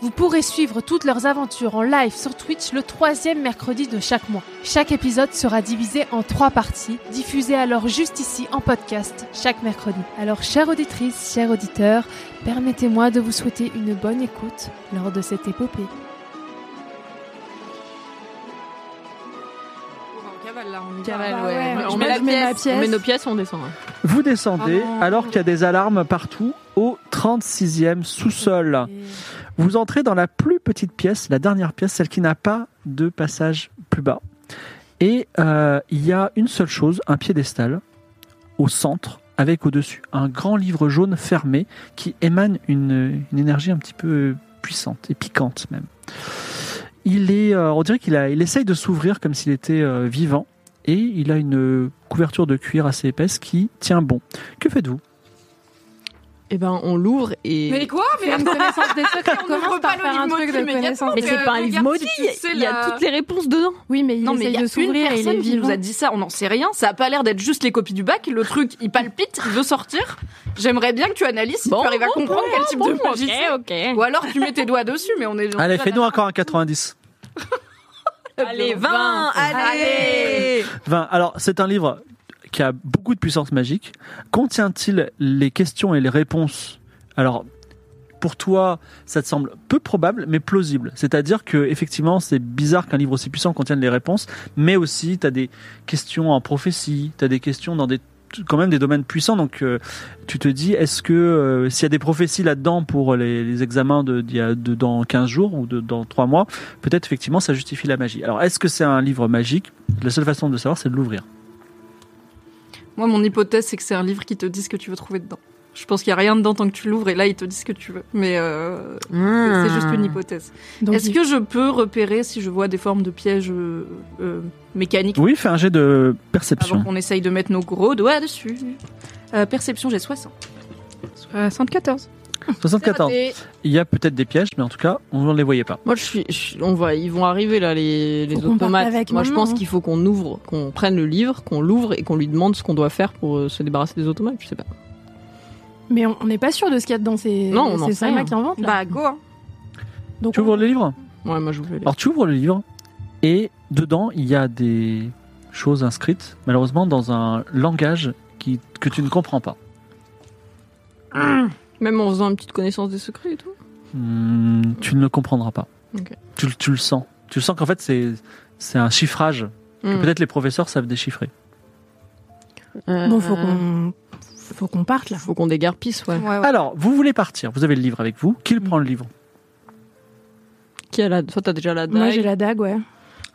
Vous pourrez suivre toutes leurs aventures en live sur Twitch le troisième mercredi de chaque mois. Chaque épisode sera divisé en trois parties, diffusées alors juste ici en podcast chaque mercredi. Alors chère auditrice, chers auditeurs, permettez-moi de vous souhaiter une bonne écoute lors de cette épopée. On cavale là, on y Cavale, va. Ah bah ouais. Ouais, Moi, on je met la mets ma pièce. pièce. On met nos pièces, on descend. hein. Vous descendez Ah non. alors qu'il y a des alarmes partout au 36e sous-sol. Vous entrez dans la plus petite pièce, la dernière pièce, celle qui n'a pas de passage plus bas. Et euh, il y a une seule chose, un piédestal au centre avec au-dessus un grand livre jaune fermé qui émane une, une énergie un petit peu puissante et piquante même. Il est, euh, on dirait qu'il a- il essaye de s'ouvrir comme s'il était euh, vivant et il a une couverture de cuir assez épaisse qui tient bon. Que faites-vous Et ben, on l'ouvre et. Mais quoi Mais Faire une connaissance des secrets on commence ouvre par pas le faire un livre truc maudit, de mais il y a connaissance. trop Mais Euh, c'est pas un livre regarde maudit, si il y a- c'est il y a la- toutes les réponses dedans. Oui, mais il Non, mais il y essaye a de une s'ouvrir et il est personne qui vivant. nous a dit ça, on n'en sait rien, ça a pas l'air d'être juste les copies du bac, le truc il palpite, il veut sortir. J'aimerais bien que tu analyses si Bon, tu arrives à bon, comprendre bon, quel type de Bon, magie c'est. ok. Ou alors tu mets tes doigts dessus, mais on est. Allez, fais-nous encore un 90. Allez, 20 Allez 20. Alors, c'est un livre qui a beaucoup de puissance magique. Contient-il les questions et les réponses Alors, pour toi, ça te semble peu probable, mais plausible. C'est-à-dire que, effectivement, c'est bizarre qu'un livre aussi puissant contienne les réponses, mais aussi, tu as des questions en prophétie, tu as des questions dans des quand même des domaines puissants donc euh, tu te dis est-ce que euh, s'il y a des prophéties là-dedans pour les, les examens de, d'il y a- de- dans 15 jours ou de, dans 3 mois peut-être effectivement ça justifie la magie alors est-ce que c'est un livre magique la seule façon de le savoir, c'est de l'ouvrir. Moi, mon hypothèse, c'est que c'est un livre qui te dit ce que tu veux trouver dedans. Je pense qu'il n'y a rien dedans tant que tu l'ouvres et là, il te dit ce que tu veux. Mais euh, Mmh. Hmm. c'est c'est juste une hypothèse. Donc, Est-ce il- que je peux repérer si je vois des formes de pièges euh, euh, mécaniques Oui, fais un jet de avant perception. qu'on essaye de mettre nos gros doigts dessus Euh, Perception, j'ai 60. 74. 74. Il y a peut-être des pièges, mais en tout cas, on ne les voyait pas. Moi, je suis, je- on va, ils vont arriver là les, les Faut qu'on parte automates. avec Moi, je maman, pense hein. qu'il faut qu'on ouvre, qu'on prenne le livre, qu'on l'ouvre et qu'on lui demande ce qu'on doit faire pour euh, se débarrasser des automates. Je sais pas. Mais on on n'est pas sûr de ce qu'il y a dedans. C'est Non, on en c'est sait Salma rien. qui invente. là. Bah, go hein. Donc, Tu ouvres le livre Ouais, moi je voulais. Alors, tu ouvres le livre, et dedans, il y a des choses inscrites, malheureusement, dans un langage qui, que tu ne comprends pas. Même en faisant une petite connaissance des secrets et tout. Hmm, tu ne le comprendras pas. Ok. Tu, le- tu le sens. Tu le sens qu'en fait, c'est c'est un chiffrage que Hmm. peut-être les professeurs savent déchiffrer. Euh, Bon, faut qu'on faut qu'on parte là. faut qu'on dégarpisse, Ah ouais. Hmm. Ouais, ouais. Alors, vous voulez partir. Vous avez le livre avec vous. Qui le prend le livre Qui a la, toi t'as déjà la dague. Moi j'ai la dague, ouais.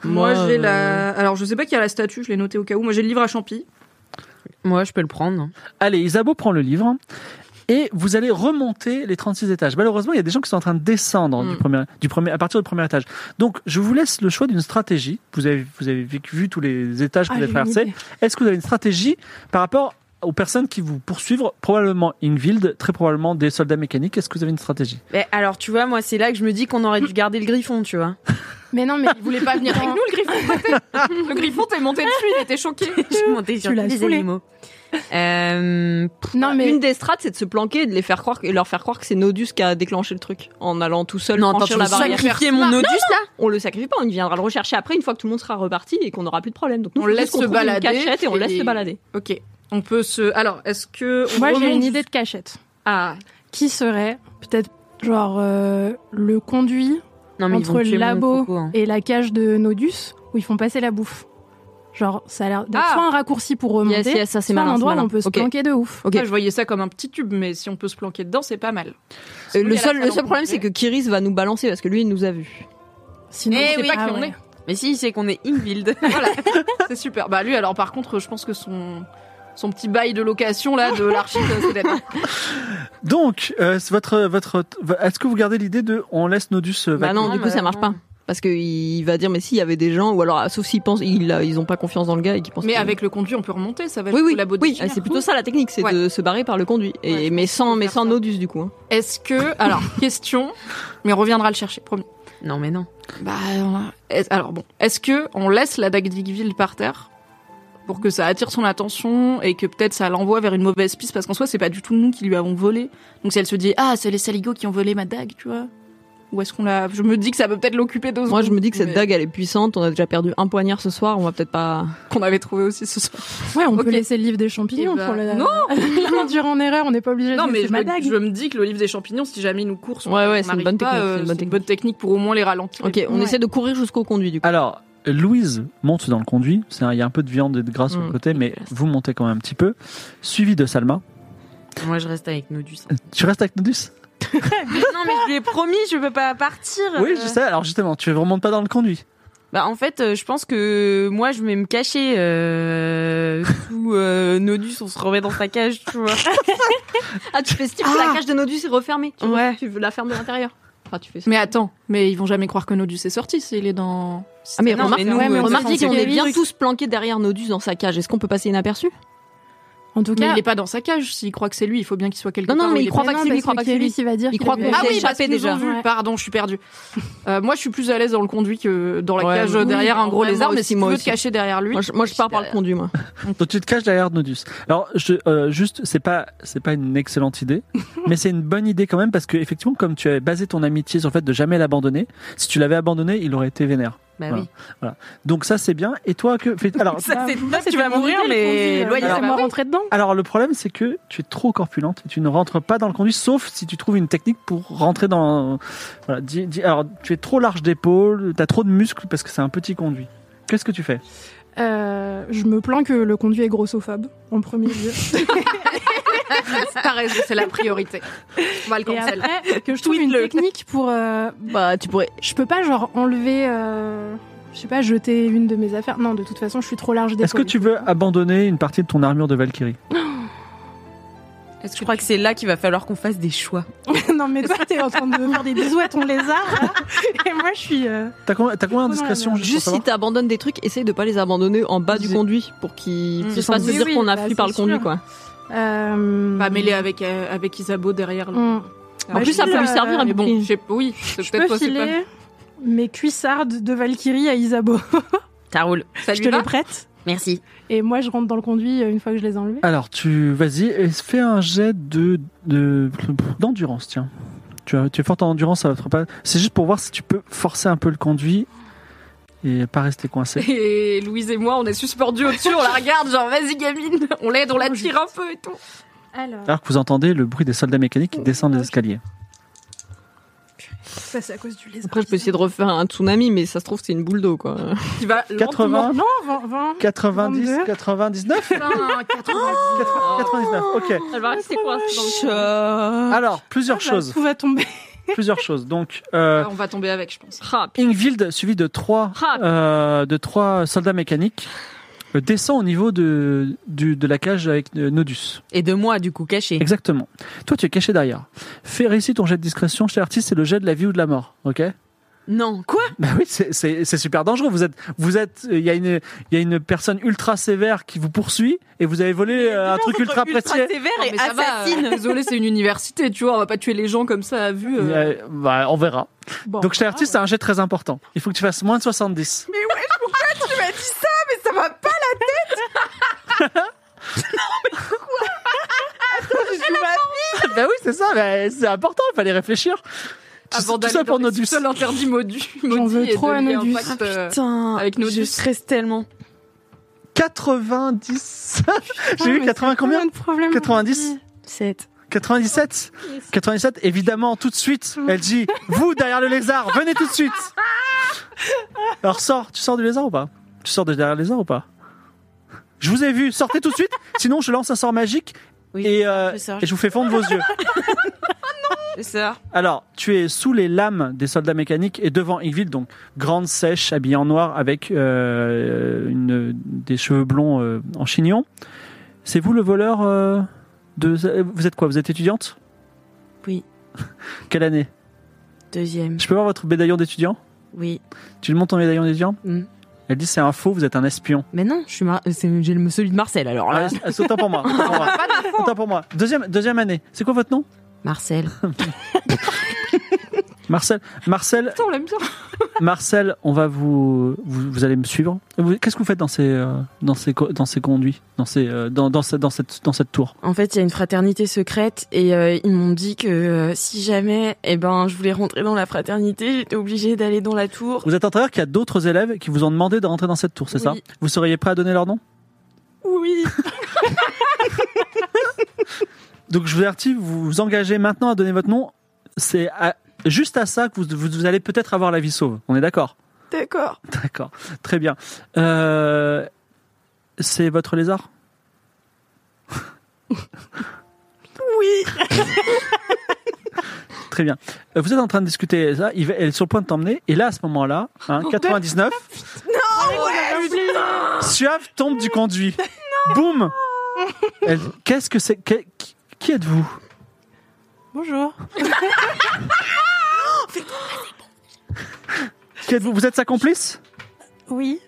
Moi, j'ai euh, la. Alors, je sais pas qui a la statue, je l'ai noté au cas où. Moi, j'ai le livre à Champy. Moi, je peux le prendre. hein. Allez, Isabeau prend le livre et vous allez remonter les 36 étages. Malheureusement, il y a des gens qui sont en train de descendre du Mm. premier, du premier, à partir du premier étage. Donc, je vous laisse le choix d'une stratégie. Vous avez, vous avez vu, vu tous les étages que Ah, vous j'ai avez une traversés. idée. Est-ce que vous avez une stratégie par rapport aux personnes qui vous poursuivent Probablement Ingvild, très probablement des soldats mécaniques. Est-ce que vous avez une stratégie Mais alors, tu vois, moi, c'est là que je me dis qu'on aurait dû garder le griffon, tu vois. Mais non, mais Il voulait pas venir avec nous, le griffon. le griffon, t'es monté dessus, il était choqué. je suis montée sur Tu l'as tous les saoulé. animaux. Euh, pff, non mais Une des strates, c'est de se planquer et de les faire croire, et leur faire croire que c'est Nodus qui a déclenché le truc en allant tout seul non, attends, tu franchir veux la barrière. sacrifier mon Nodus, là On le sacrifie pas, on viendra le rechercher après une fois que tout le monde sera reparti et qu'on n'aura plus de problème. Donc nous, On faut juste laisse qu'on se trouve une balader cachette et on et- laisse se balader. Ok. On peut se. Alors, est-ce que. on moi j'ai remonte une idée de cachette. Ah, Qui serait peut-être genre euh, le conduit Non, mais ils Entre vont le tuer mon labo coco, hein. et la cage de Nodus où ils font passer la bouffe. Genre, ça a l'air d'être Ah. soit un raccourci pour remonter, Yes, yes, ça, c'est soit malin, un c'est endroit où malin. on peut se Ok. planquer de ouf. Ok. Ah, je voyais ça comme un petit tube, mais si on peut se planquer dedans, c'est pas mal. Euh, le Oui, à la seul, salle, le on seul peut problème, bouger. c'est que Kiris va nous balancer parce que lui, il nous a vus. Sinon, Eh je sais oui. Ah ouais. Mais si, c'est qu'on est inbuild. Voilà, c'est super. Bah lui, alors par contre, je pense que son son petit bail de location là de l'archive, c'est d'être Donc, euh, c'est votre, votre, est-ce que vous gardez l'idée de on laisse Nodus euh, Bah non, non, du coup, bah ça marche non. pas. Parce que il va dire, mais si, il y avait des gens, ou alors, ah, sauf s'ils pensent, ils, euh, ils ont pas confiance dans le gars et qu'ils pensent. Mais que- avec le conduit, on peut remonter, ça va Oui, jusqu'au oui, labo de oui. ah, chimère. c'est plutôt ça la technique, c'est Ouais. de se barrer par le conduit. Et, Ouais, je mais pense sans, qu'il faut mais faire sans ça. Nodus, du coup. hein. Est-ce que. Alors, question, mais on reviendra le chercher, promis. Non, mais non. Bah, on- est- alors bon, est-ce que on laisse la dague d'Igville par terre pour que ça attire son attention et que peut-être ça l'envoie vers une mauvaise piste parce qu'en soi, c'est pas du tout nous qui lui avons volé. Donc si elle se dit Ah, c'est les saligots qui ont volé ma dague, tu vois. Ou est-ce qu'on l'a. Je me dis que ça peut peut-être l'occuper deux Moi, je secondes, me dis que cette mais- dague, elle est puissante. On a déjà perdu un poignard ce soir. On va peut-être pas. Qu'on avait trouvé aussi ce soir. Ouais, on Ok. peut laisser le livre des champignons Eh ben, pour le... non. la conduire en erreur, on n'est pas obligé Non, de mais laisser je ma me, dague. je me dis que le livre des champignons, si jamais ils nous courent, Ouais, ouais, on c'est une n'arrive bonne pas, technique, euh, c'est une bonne c'est une bonne technique pour au moins les ralentir. Ok, on Ouais. essaie de courir jusqu'au conduit, du coup. Alors, Louise monte dans le conduit. C'est un- Il y a un peu de viande et de gras sur le Mm. côté, mais vous montez quand même un petit peu. Suivi de Salma. Moi, je reste avec Nodus. Tu restes avec Nodus non, mais je lui ai promis, je peux pas partir. Oui, Euh, je sais. Alors justement, tu remontes pas dans le conduit. Bah, en fait, euh, je pense que moi, je vais me cacher. Euh, sous euh, Nodus, on se remet dans sa cage, tu vois. Ah, tu fais style, Ah. la cage de Nodus est refermée. Tu, Ouais. tu la fermes de l'intérieur. Enfin, tu fais ça. Mais attends, mais ils vont jamais croire que Nodus est sorti s'il est dans. Ah, mais Non, remarque, mais nous, ouais, mais euh, on remarque sait qu'on qu'il y a est des bien trucs. tous planqués derrière Nodus dans sa cage. Est-ce qu'on peut passer inaperçu En tout Mais cas, bah, il est pas dans sa cage. S'il croit que c'est lui, il faut bien qu'il soit quelque Non, non, part. où mais il il est croit pas que c'est lui, il croit pas que c'est lui. il va dire Il qu'il croit avait- qu'on Ah s'est oui, parce échappé qu'ils nous déjà. ont vu. Ouais. Pardon, je suis perdue. Euh, moi, je suis plus à l'aise dans le conduit que dans la Ouais, cage oui, derrière un gros ouais, moi lézard. Mais aussi, si tu moi veux te aussi. cacher derrière lui, Moi, je, moi, je pars par le conduit, moi. Donc tu te caches derrière Nodus. Alors je, euh, juste, c'est pas c'est pas une excellente idée, mais c'est une bonne idée quand même parce que effectivement, comme tu avais basé ton amitié sur le fait de jamais l'abandonner, si tu l'avais abandonné, il aurait été vénère. Bah Voilà. Donc ça c'est bien. Et toi que fais- alors Ça, c'est Ah, là c'est tu vas une bonne mourir, idée, le mais conduit, euh, loyer, Ah, laissez-moi ça bah va. rentrer dedans. alors le problème c'est que tu es trop corpulente et tu ne rentres pas dans le conduit sauf si tu trouves une technique pour rentrer dans voilà, dis- dis- alors tu es trop large d'épaule, tu as trop de muscles parce que c'est un petit conduit. Qu'est-ce que tu fais Euh, je me plains que le conduit est grossophobe, en premier lieu. t'as raison, c'est la priorité. On va le Et cancel. après, que je trouve une technique pour... euh, Bah, tu pourrais. je peux pas, genre, enlever... euh, je sais pas, jeter une de mes affaires. Non, de toute façon, je suis trop large d'épaule. Est-ce que tu veux abandonner une partie de ton armure de Valkyrie Est-ce Je crois que c'est là qu'il va falloir qu'on fasse des choix. non, mais toi, t'es en train de faire des bisous à ton lézard. là. Et moi, je suis... euh, T'as combien, t'as combien Oh de non, discrétion non, juste pour Juste si savoir t'abandonnes des trucs, essaye de pas les abandonner en bas du J'ai- conduit pour qu'ils Mm. Mmh. puissent pas se Oui, dire oui, qu'on a bah, fui par le c'est conduit, sûr. quoi. euh, Pas mêlé avec euh, avec Isabeau derrière. lui. hum. En plus, ça peut lui euh, servir à Mais bon, bon. je sais- oui, c'est Je peux peut-être possible. filer mes cuissardes de Valkyrie à Isabeau. Ça roule. Ça je lui te les va prête. Merci. Et moi, je rentre dans le conduit euh, une fois que je les ai enlevées. Alors tu vas-y, et fais un jet de de- d'endurance, tiens. Tu, as- tu es forte en endurance, ça va te pas. C'est juste pour voir si tu peux forcer un peu le conduit et pas rester coincé. Et Louise et moi, on est suspendus au-dessus, on la regarde, genre vas-y gamine, on l'aide, on la tire un peu et tout. Alors, Alors que vous entendez le bruit des soldats mécaniques qui descendent les escaliers. ça, c'est à cause du lézard. Après, je peux essayer de refaire un tsunami, mais ça se trouve, c'est une boule d'eau, quoi. Qui va 80, Non, vingt- vingt. Ah, 90, 22. 99 lentement. Oh, 99, ok. Elle va rester coincée Alors, plusieurs Ah bah, choses. Tout va tomber. Plusieurs choses. Donc, euh, On va tomber avec, je pense. Ah, Ingvild, suivi de trois, Rap. euh, de trois soldats mécaniques, euh, descend au niveau de, du- de la cage avec euh, Nodus. Et de moi, du coup, caché. Exactement. Toi, tu es caché derrière. Fais réussir ton jet de discrétion. Chez l'artiste, c'est le jet de la vie ou de la mort. Ok Non, quoi Bah oui, c'est- c'est c'est super dangereux. Vous êtes, vous êtes. Il y a une, il y a une personne ultra sévère qui vous poursuit et vous avez volé euh, un truc ultra précieux. sévère Non, mais ça va, euh, Désolé, c'est une université, tu vois, on va pas tuer les gens comme ça à vue. euh. Euh, bah, on verra. Bon. Donc chez l'artiste, c'est un jet très important. Il faut que tu fasses moins de 70. Tu m'as dit ça, mais ça va pas la tête Non, mais pourquoi Attends, bah oui, c'est ça. bah, c'est important. Il fallait réfléchir. Tout, avant tout d'aller ça pour dans les Nodus. sous-sols interdits modus. J'en veux maudits et trop de un lier Nodus. pacte, euh, Ah, Putain, avec je Nodus. stresse tellement. 90. J'ai eu 80 combien de problèmes 90. 7. 97 97, évidemment, tout de suite, elle dit Vous, derrière le lézard, venez tout de suite Alors, sors, tu sors du lézard ou pas Tu sors de derrière le lézard ou pas Je vous ai vu, sortez tout de suite, sinon je lance un sort magique Oui, et, euh, je sais. et je vous fais fondre vos yeux. C'est ça. Alors, tu es sous les lames des soldats mécaniques et devant Igville, donc grande sèche, habillée en noir avec euh, une, des cheveux blonds euh, en chignon. C'est vous le voleur euh, de... Vous êtes quoi Vous êtes étudiante Oui. Quelle année Deuxième. Je peux voir votre médaillon d'étudiant Oui. Tu lui montres ton médaillon d'étudiant Mm. Elle dit c'est un faux, vous êtes un espion. Mais non, je suis mar- c'est- j'ai le celui de Marcel alors là. Ah, c'est- c'est autant pour moi. autant pour moi. Autant pour moi. Deuxième, deuxième année. C'est quoi votre nom Marcel. Marcel. Marcel, Putain, on l'aime bien. Marcel, on va vous, vous, vous allez me suivre. Vous- Qu'est-ce que vous faites dans ces, euh, dans ces, co- dans ces conduits, dans ces, euh, dans, dans, ce- dans cette, dans cette tour En fait, il y a une fraternité secrète et euh, ils m'ont dit que euh, si jamais, eh ben, je voulais rentrer dans la fraternité, j'étais obligée d'aller dans la tour. Vous êtes en train de dire qu'il y a d'autres élèves qui vous ont demandé de rentrer dans cette tour, c'est ça Oui. Vous seriez prêt à donner leur nom Oui. Donc je vous avertis, vous vous engagez maintenant à donner votre nom. C'est à- juste à ça que vous, vous, vous allez peut-être avoir la vie sauve. On est d'accord D'accord. D'accord, très bien. Euh, c'est votre lézard Oui. Très bien. Euh, Vous êtes en train de discuter ça, il va- elle est sur le point de t'emmener, et là, à ce moment-là, hein, 99, Ah, Suave tombe du conduit. Boum Elle- Qu'est-ce que c'est qu'est- Qui qui êtes-vous Bonjour. Qui êtes-vous Vous êtes sa complice Oui.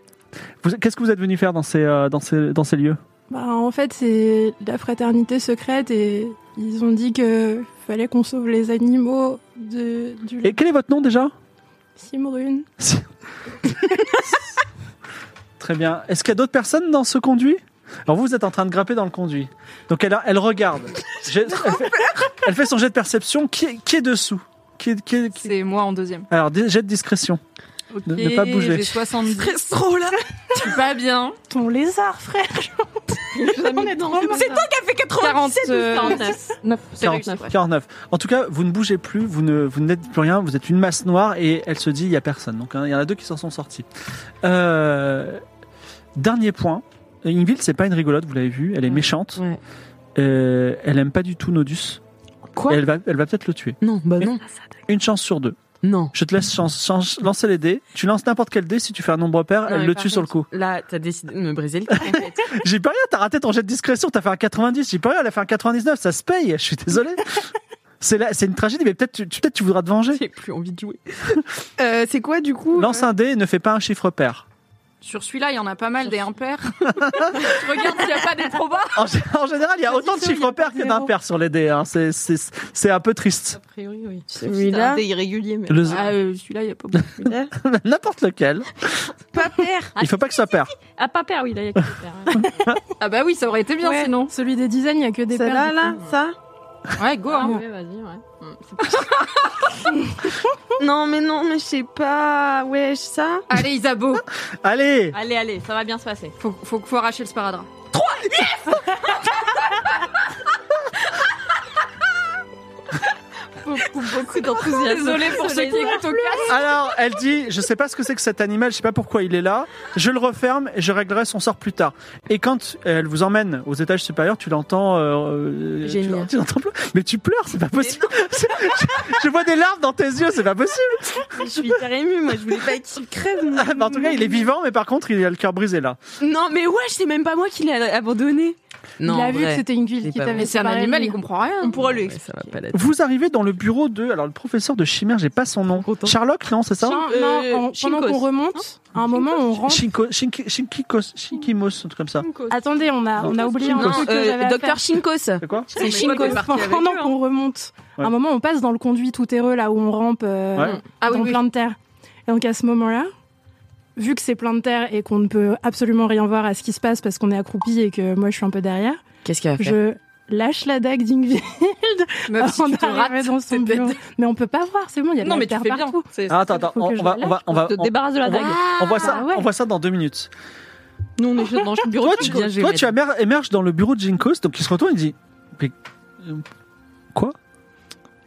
Vous- Qu'est-ce que vous êtes venu faire dans ces, euh, dans ces, dans ces lieux Bah, en fait, c'est la fraternité secrète et ils ont dit que fallait qu'on sauve les animaux de, du Et quel est votre nom déjà Simrune. Très bien. Est-ce qu'il y a d'autres personnes dans ce conduit Alors vous, vous êtes en train de grimper dans le conduit. Donc elle, elle regarde. J'ai- elle, fait, elle fait son jet de perception. Qui, est- qui est dessous qui est- qui est- qui- C'est moi en deuxième. Alors des- jet de discrétion. Ne- ne pas bouger. J'ai 70. Stress trop là. Je suis pas bien. Ton lézard, frère. On est dans C'est toi qui as fait 97 49. 49. En tout cas, vous ne bougez plus, vous ne vous n'êtes plus rien, vous êtes une masse noire et elle se dit il y a personne. Donc hein, il y en a deux qui s'en sont sortis. Euh, dernier point. Ingvild, c'est pas une rigolote, vous l'avez vu, elle est Ouais. méchante. Ouais. Euh, elle aime pas du tout Nodus. Quoi Et elle va, elle va peut-être le tuer. Non, bah non. Une chance sur deux. Non. Je te laisse chance- chance- lancer les dés. Tu lances n'importe quel dé. Si tu fais un nombre pair, Non, elle mais le par tue sur le coup. contre, Là, t'as décidé de me briser le cœur, en fait. J'ai pas rien, t'as raté ton jet de discrétion. T'as fait un 90. J'ai pas rien, elle a fait un 99. Ça se paye. Je suis désolé. c'est là- c'est une tragédie, mais peut-être tu, tu- peut-être tu voudras te venger. J'ai plus envie de jouer. Euh, c'est quoi du coup Lance un dé et ne fais pas un chiffre pair. Sur celui-là, il y en a pas mal des impairs. Je regarde s'il n'y a pas des probas. En, gé- en général, il y a autant de chiffres pairs que d'impairs sur les dés. hein. C'est- C'est c'est un peu triste. priori, oui. Celui-là. irrégulier, mais. Le- Ah, euh, celui-là, il n'y a pas beaucoup. N'importe lequel. Pas père. Il faut pas que ça perd. Ah, pas père, oui, là, il y a que le père. hein. Ah bah oui, ça aurait été bien Ouais. sinon. Celui des designs, il n'y a que des paires. Celle-là, du là, ça. Ouais, go. Ah, hein. ouais, vas-y, ouais. Hum, c'est Non, mais non, mais je sais pas. Ouais, ça. Allez, Isabeau, Allez, pas- Allez, allez, ça va bien se passer. faut, faut, faut arracher le sparadrap. Beaucoup, beaucoup d'enthousiasme. Désolée pour ceux qui écoutent au cas. alors elle dit, je sais pas ce que c'est que cet animal, je sais pas pourquoi il est là. Je le referme et je réglerai son sort plus tard. Et quand elle vous emmène aux étages supérieurs, tu l'entends. euh, euh, tu Gémir. l'en- tu l'entends pleurer. Mais tu pleures, c'est pas possible. je, je vois des larmes dans tes yeux, c'est pas possible. Je suis hyper émue, moi, je voulais pas qu'il crève. moi. Mais Ah, bah, en tout cas, il est vivant, mais par contre, il a le cœur brisé là. Non, mais ouais, je sais même pas moi qui l'ai abandonné. Non, il en a vu que vrai. c'était une guilde C'est qui pas t'avait vrai. Mais c'est un animal, il comprend rien. On pourra lui expliquer. Ça va pas l'être. Vous arrivez dans le bureau de. Alors, le professeur de chimère, j'ai pas son nom. Content. Sherlock, non, c'est ça Non, Euh, non, on- Shinkos. pendant qu'on remonte, à Hein? un moment, on rentre. Shinko, Shinki- Shinkikos- Shinkimos, un truc comme ça. Attendez, on a, on a oublié un Shinkos. truc Euh, que j'avais à faire. Docteur Shinkos. C'est quoi C'est Shinkos. Shinkos. Pendant hein. qu'on hein. remonte, à Ouais. un moment, on passe dans le conduit tout terreux, là où on rampe euh, Ouais. Ah dans oui, oui. plein de terre. Et donc à ce moment-là, vu que c'est plein de terre et qu'on ne peut absolument rien voir à ce qui se passe parce qu'on est accroupi et que moi je suis un peu derrière, Qu'est-ce qu'il va faire je lâche la dague d'Ingvi Meuf, si en tu te arrivant rates, dans son c'est bureau. peut-être- Mais on peut pas voir, c'est bon, il y a de Non, la mais tu terre fais bien. partout. C'est- Ah, attends, attends, Faut que on, je on va, relâche. on va, on va, Te on- débarrasse de la on va- dague. on voit ça, Ah ouais. on voit ça dans deux minutes. Nous, on est juste dans le bureau Toi, de tu, Jinko. toi, tu amer- émerges dans le bureau de Jinkos, donc il se retourne et dit, mais, euh, quoi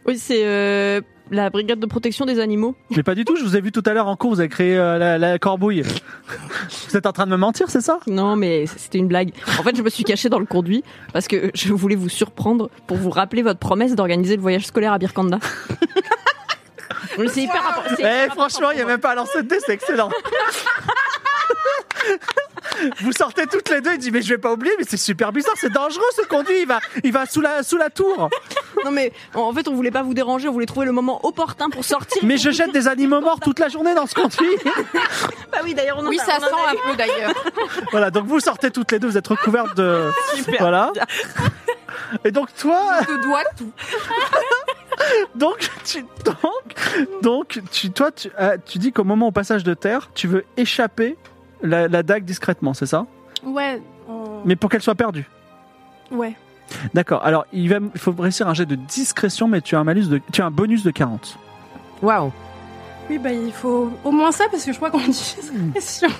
Oui, c'est. euh, la brigade de protection des animaux. Mais pas du tout, je vous ai vu tout à l'heure en cours, vous avez créé euh, la, la corbouille. vous êtes en train de me mentir, c'est ça Non, mais c'était une blague. En fait, je me suis cachée dans le conduit parce que je voulais vous surprendre pour vous rappeler votre promesse d'organiser le voyage scolaire à Birkanda. C'est hyper important. c'est Eh, hyper important franchement, il n'y a pour même pas à lancer de dés, c'est excellent. Vous sortez toutes les deux, il dit mais je vais pas oublier, mais c'est super bizarre, c'est dangereux ce conduit, il va, il va sous la, sous la tour. moi. Non, mais en fait, on voulait pas vous déranger, on voulait trouver le moment opportun pour sortir. Mais je jette des animaux morts toute la journée dans ce conduit. Bah oui, d'ailleurs, on en Oui, a- ça on en a sent eu. un peu d'ailleurs. Voilà, donc vous sortez toutes les deux, vous êtes recouvertes de, voilà. Et donc toi, Je te dois tout. donc tu, donc, donc tu, toi, tu, euh, tu dis qu'au moment au passage de terre, tu veux échapper la, la dague discrètement, c'est ça Ouais. euh, en- Mais pour qu'elle soit perdue. Ouais. D'accord. Alors, il va, il faut réussir un jet de discrétion, mais tu as un malus de, tu as un bonus de 40. Waouh. Oui, bah il faut au moins ça parce que je crois qu'on dit discrétion.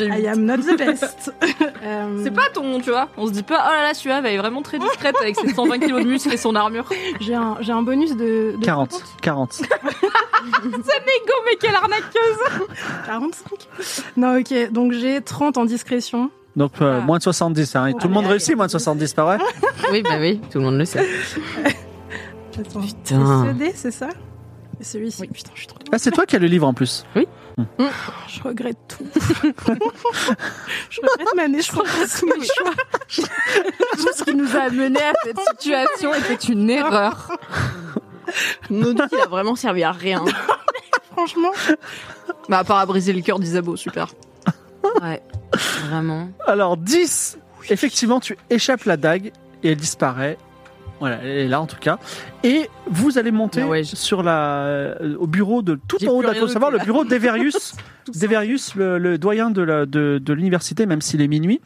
I am not the best. Euh, C'est pas ton, tu vois. On se dit pas, oh là là, celui-là va être vraiment très discrète avec ses 120 kilos de muscles et son armure. J'ai un, j'ai un bonus de, de 40. 40. Go, mais quelle arnaqueuse 45. Non, ok. Donc j'ai 30 en discrétion. Donc, euh, Ah. moins de 70, hein. Et tout le monde allez, réussit, moins de 70, pas vrai? Oui, bah oui, tout le monde le sait. Attends. Putain. C'est ce dé, c'est ça Et celui-ci. Putain, je suis trop. Ah, c'est toi qui as le livre en plus. Je regrette tout. je regrette ma naissance. mes choix. Tout ce qui nous a amené à cette situation était une erreur. Nodus, il a vraiment servi à rien. Franchement, Bah, à part à briser le cœur d'Isabeau, super. Ouais, vraiment. Alors, 10. Effectivement, tu échappes la dague et elle disparaît. Voilà, elle est là en tout cas. Et vous allez monter Ah ouais, je- sur la, euh, au bureau de tout J'ai en haut plus de la rien tour de savoir, le noté, bureau d'Everius, d'Everius, le, le doyen de la- de de l'université, même s'il est minuit.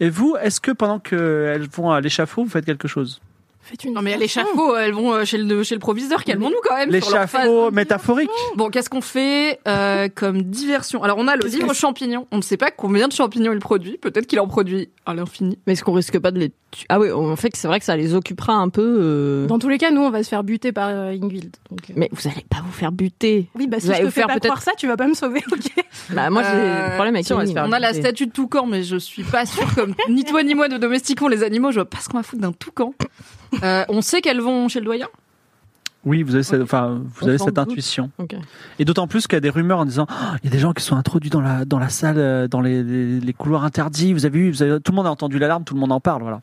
Et vous, est-ce que pendant qu'elles vont à l'échafaud, vous faites quelque chose faites une. Non, mais à l'échafaud, elles vont euh, chez le, chez le proviseur, calmons-nous quand même. sur leur hein, phase. L'échafaud métaphorique. Bon, qu'est-ce qu'on fait euh, comme diversion Alors, on a le livre champignon. On ne sait pas combien de champignons il produit. Peut-être qu'il en produit à l'infini. Mais est-ce qu'on risque pas de les tuer Ah oui, en fait, c'est vrai que ça les occupera un peu. euh, Dans tous les cas, nous, on va se faire buter par euh, Ingvild. Donc, euh, Mais vous allez pas vous faire buter. Oui, bah si Vous je allez te fais faire pas peut-être- croire ça, tu vas pas me sauver, ok Bah moi, j'ai Euh, le problème avec hein. si, ça. on, a la statue de toucan, mais je suis pas sûre, comme ni toi ni moi ne domestiquons les animaux, je vois pas ce qu'on va foutre d'un toucan. Euh, on sait qu'elles vont chez le doyen Oui, vous avez cette, enfin, vous On avez s'en cette doute. intuition. Ok. Et d'autant plus qu'il y a des rumeurs en disant Ah, il y a des gens qui sont introduits dans la, dans la salle, euh, dans les, les- les couloirs interdits. Vous avez eu, vous avez- tout le monde a entendu l'alarme, tout le monde en parle. Voilà.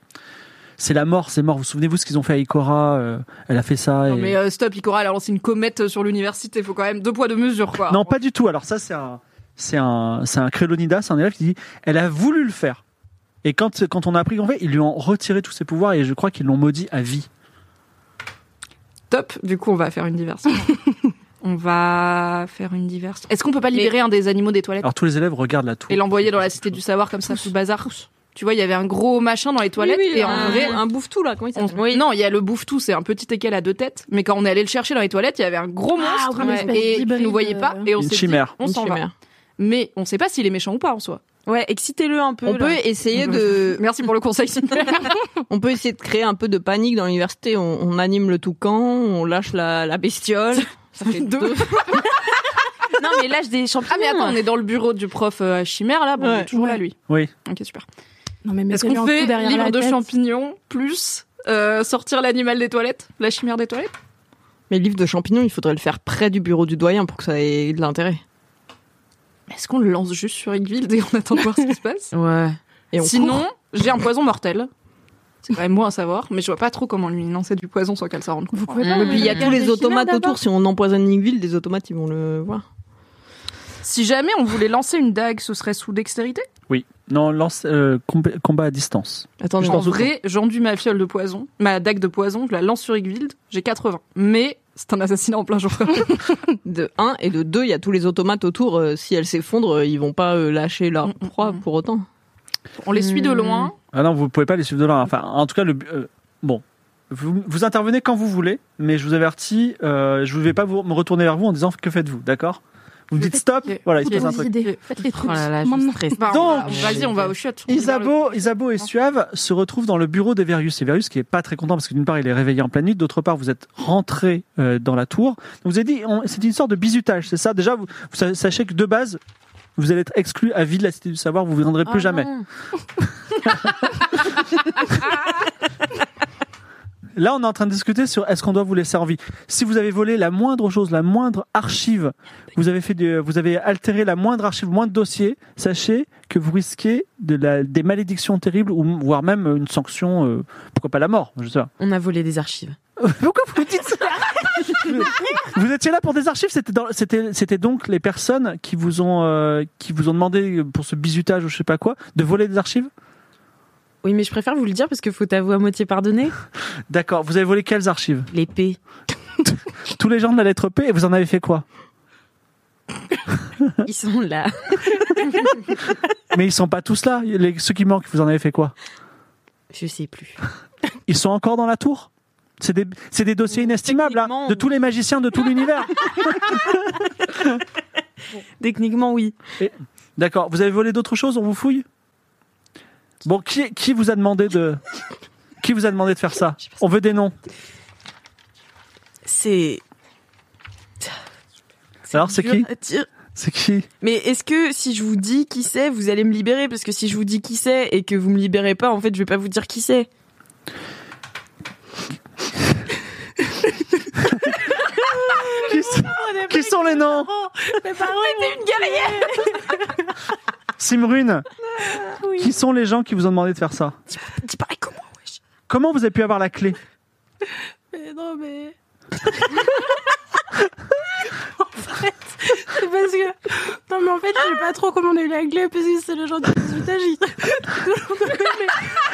C'est la mort, c'est mort. Vous souvenez-vous ce qu'ils ont fait à Ikora euh, Elle a fait ça. Non et- mais euh, stop, Ikora, elle a lancé une comète euh, sur l'université, faut quand même deux poids deux mesures quoi. Non, pas du tout. Alors ça, c'est un, c'est un, c'est un Crélonida, c'est un élève qui dit, elle a voulu le faire. Et quand, quand on a appris qu'on fait, ils lui ont retiré tous ses pouvoirs et je crois qu'ils l'ont maudit à vie. Top, du coup on va faire une diversion. on va faire une diversion. Est-ce qu'on peut pas libérer un des animaux des toilettes Alors tous les élèves regardent la tour. et l'envoyer dans la cité du savoir comme ça, tout le bazar Tu vois, il y avait un gros machin dans les toilettes et en vrai... un bouffe tout là, comment il on- s'appelle Non, il y a le bouffe-tout, c'est un petit équel à deux têtes. Mais quand on est allé le chercher dans les toilettes, il y avait un gros Ah, monstre oui, une espèce et d'hybride, il nous voyait pas. euh, Et on Une s'est dit, chimère. on s'en va. mais on sait pas s'il est méchant ou pas en soi. Euh, Ouais, excitez-le un peu. On là. peut essayer de, Merci pour le conseil. Sylvia. on peut essayer de créer un peu de panique dans l'université. On, on anime le toucan, on lâche la, la bestiole. Ça fait deux. Non, mais lâche des champignons. ah mais attends, on est dans le bureau du prof euh, chimère là, bon, il est Ouais. toujours là Ouais. lui. Oui. Ok super. Non, mais Est-ce mettez-lui qu'on un fait coup derrière livre la de tête. champignons plus euh, sortir l'animal des toilettes, la chimère des toilettes Mais le livre de champignons, il faudrait le faire près du bureau du doyen pour que ça ait de l'intérêt. Mais Est-ce qu'on le lance juste sur une ville et on attend de voir ce qui se passe Ouais. Et on Sinon, j'ai un poison mortel. C'est quand même moi à savoir, mais je vois pas trop comment lui lancer du poison sans qu'elle s'en rende compte. Vous pouvez Mmh. pas Mais court. Puis il y a tous regarder les Chimère automates d'abord autour. Si on empoisonne Nickville, des automates, ils vont le voir. Si jamais on voulait lancer une dague, ce serait sous dextérité Oui. Non, lance, euh, comb- combat à distance. Attendez, En pense au vrai, j'enduis ma fiole de poison, ma dague de poison, je la lance sur Igvild, j'ai 80. Mais c'est un assassinat en plein jour. de 1 et de 2, il y a tous les automates autour. euh, si elles s'effondrent, euh, ils vont pas euh, lâcher leur Mm, mm, proie mm. pour autant. On les suit de loin. Ah non, vous pouvez pas les suivre de loin. Enfin, en tout cas, le, euh, bon, vous, vous intervenez quand vous voulez, mais je vous avertis, euh, je ne vais pas vous, me retourner vers vous en disant que faites-vous, d'accord Vous me dites stop, Ok. voilà, il se Faites passe un vos truc. idées. Faites les trucs. Oh là là, je Maintenant. stresse. Bah, on va- Donc, vas-y, on va au chiottes. On va Isabeau, Isabeau et Suave se retrouvent dans le bureau des Verius. Et Verius qui est pas très content parce que d'une part il est réveillé en pleine nuit, d'autre part vous êtes rentré euh, dans la tour. Donc, vous avez dit, on- c'est une sorte de bizutage, c'est ça Déjà, vous, vous sa- sachez que de base, vous allez être exclu à vie de la Cité du Savoir, vous ne viendrez Ah plus jamais. Là, on est en train de discuter sur est-ce qu'on doit vous laisser en vie. Si vous avez volé la moindre chose, la moindre archive, vous avez fait, du- vous avez altéré la moindre archive, le moindre dossier, sachez que vous risquez de la, des malédictions terribles ou voire même une sanction, euh, pourquoi pas la mort, je sais pas. On a volé des archives. Pourquoi vous me dites ça Vous étiez là pour des archives, c'était dans- c'était c'était donc les personnes qui vous ont euh, qui vous ont demandé pour ce bizutage ou je sais pas quoi de voler des archives. Oui, mais je préfère vous le dire parce que faut t'avouer à moitié pardonné. D'accord, vous avez volé quelles archives L'épée. Tous les gens de la lettre P et vous en avez fait quoi Ils sont là. Mais ils sont pas tous là, les- ceux qui manquent, vous en avez fait quoi Je sais plus. Ils sont encore dans la tour C'est des, c'est des dossiers inestimables, là, Techniquement, de oui. tous les magiciens de tout l'univers. Techniquement, oui. D'accord, vous avez volé d'autres choses, on vous fouille Bon, qui, qui vous a demandé de... Qui vous a demandé de faire ça On veut des noms. C'est. Alors, c'est dur qui à dire. C'est qui Mais est-ce que si je vous dis qui c'est, vous allez me libérer Parce que si je vous dis qui c'est et que vous me libérez pas, en fait, je vais pas vous dire qui c'est. qui, sont- Oh, qui sont les noms Simrune, qui sont les gens qui vous ont demandé de faire ça Dis pareil comment wesh Comment vous avez pu avoir la clé Mais non, mais. en fait, c'est parce que. Non, mais en fait, je sais pas trop comment on a eu la clé, parce que c'est le genre de 18 âge. il- mais,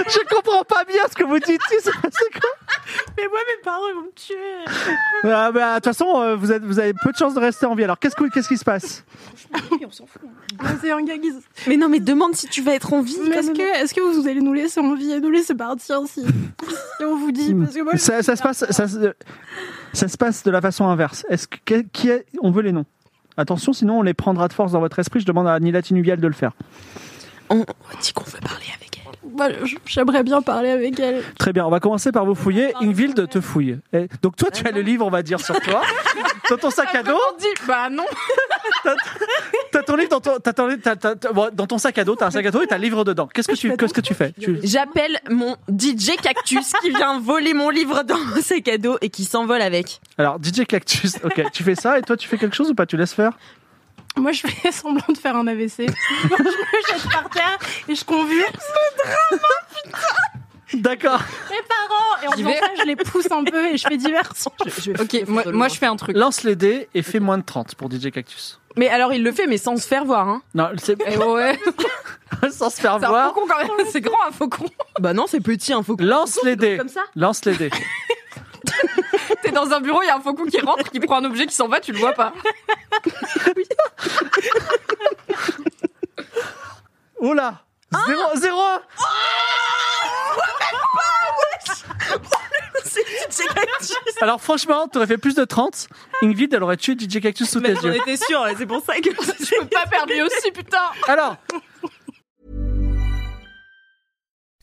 Je comprends pas bien ce que vous dites. C'est c'est quoi mais moi, mes parents, ils vont me tuer. Ah, bah, De toute façon, euh, vous, êtes- vous avez peu de chances de rester en vie. Alors, qu'est-ce que- qu'est-ce qui se passe Ouais, C'est un gag. ils- Mais non, mais demande si tu vas être en vie. Mais quand est-ce même. que, est-ce que vous allez nous laisser en vie et nous laisser partir si, si on vous dit Parce que moi, ça, ça se passe, ça, se- ça se passe de la façon inverse. Est-ce que que- qui est- on veut les noms Attention, sinon on les prendra de force dans votre esprit. Je demande à Nila Tinuvial de le faire. On on dit qu'on veut parler avec elle. moi, je- j'aimerais bien parler avec elle. Très bien, on va commencer par vous fouiller. Ingvild te fouille. Eh, Donc toi, tu as le livre, on va dire, sur toi. Dans ton sac à dos, On dit, bah non. t'as ton livre dans ton, t'as ton livre- t'as- t'as- t'as- bon, dans ton sac à dos, t'as un sac à dos et t'as un livre dedans. Qu'est-ce que tu, qu'est-ce que tu fais Tu- J'appelle mon DJ Cactus qui vient voler mon livre dans mon sac à dos et qui s'envole avec. Alors DJ Cactus, ok, tu fais ça et toi, tu fais quelque chose ou pas Tu laisses faire Moi, je fais semblant de faire un AVC. je me jette par terre et je convulse D'accord. mes parents. Et en J'y faisant vais. ça, je les pousse un peu et je fais diversion. Ok, moi, moi, je fais un truc. Lance les dés et fais moins de 30 pour DJ Cactus. Mais alors il le fait, mais sans se faire voir. Hein. Non, c'est Eh ouais, sans se faire c'est un voir. faucon quand même. C'est grand un faucon. Bah non, c'est petit, un faux. Lance les dés. Comme ça Lance les dés. T'es dans un bureau, il y a un faucon qui rentre, qui prend un objet, qui s'en va, tu le vois pas. Oh là Ah Zéro, zéro Alors franchement, t'aurais fait plus de 30. Ingrid, elle aurait tué DJ Cactus sous tes J'en yeux. étais sûre, c'est pour ça que Je peux pas faire lui aussi, putain. Alors,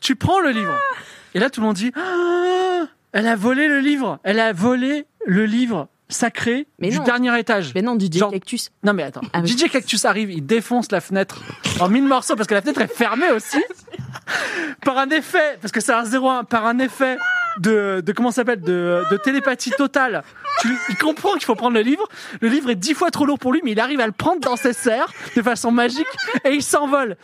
tu prends le livre. Et là, tout le monde dit Ah, Elle a volé le livre. Elle a volé le livre sacré Mais du non. dernier étage. Mais non, DJ Genre- Cactus. Non mais attends, Ah oui. DJ Cactus arrive, il défonce la fenêtre en mille morceaux parce que la fenêtre est fermée aussi. par un effet, parce que c'est un 0-1, par un effet de, de comment ça s'appelle, de, de télépathie totale. Tu- il comprend qu'il faut prendre le livre. Le livre est dix fois trop lourd pour lui, mais il arrive à le prendre dans ses serres de façon magique et il s'envole.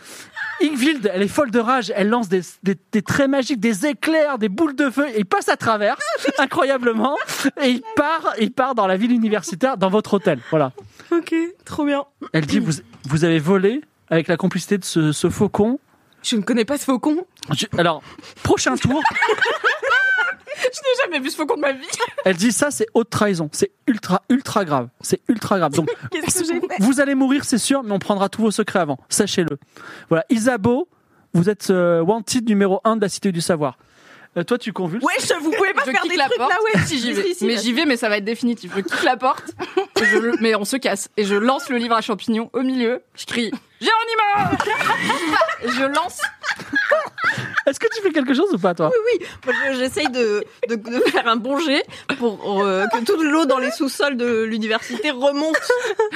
Ingvild, elle est folle de rage, elle lance des, des- des traits magiques, des éclairs, des boules de feu, et il passe à travers, incroyablement, et il part, il part dans la ville universitaire, dans votre hôtel. Voilà. Ok, trop bien. Elle dit, vous, vous avez volé avec la complicité de ce, ce faucon. Je ne connais pas ce faucon. Je- alors, prochain tour, J'ai jamais vu ce faucon de ma vie. elle dit ça, c'est haute trahison. C'est ultra, ultra grave. C'est ultra grave. Donc, Qu'est-ce que j'ai fait Vous allez mourir, c'est sûr, mais on prendra tous vos secrets avant. Sachez-le. Voilà, Isabeau, vous êtes euh, wanted numéro 1 de la Cité du Savoir. Euh, toi, tu convulses. Wesh, vous pouvez pas Je faire quitte des la trucs porte. là, ouais. Si j'y Si, vais. si, si, mais vas-y. j'y vais, mais ça va être définitif. Je quitte la porte, et je le- mais on se casse. Et je lance le livre à champignons au milieu. Je crie Géronimo Je lance. Est-ce que tu fais quelque chose ou pas, toi Moi, je- J'essaye de, de, de faire un bon jet pour euh, que toute l'eau dans les sous-sols de l'université remonte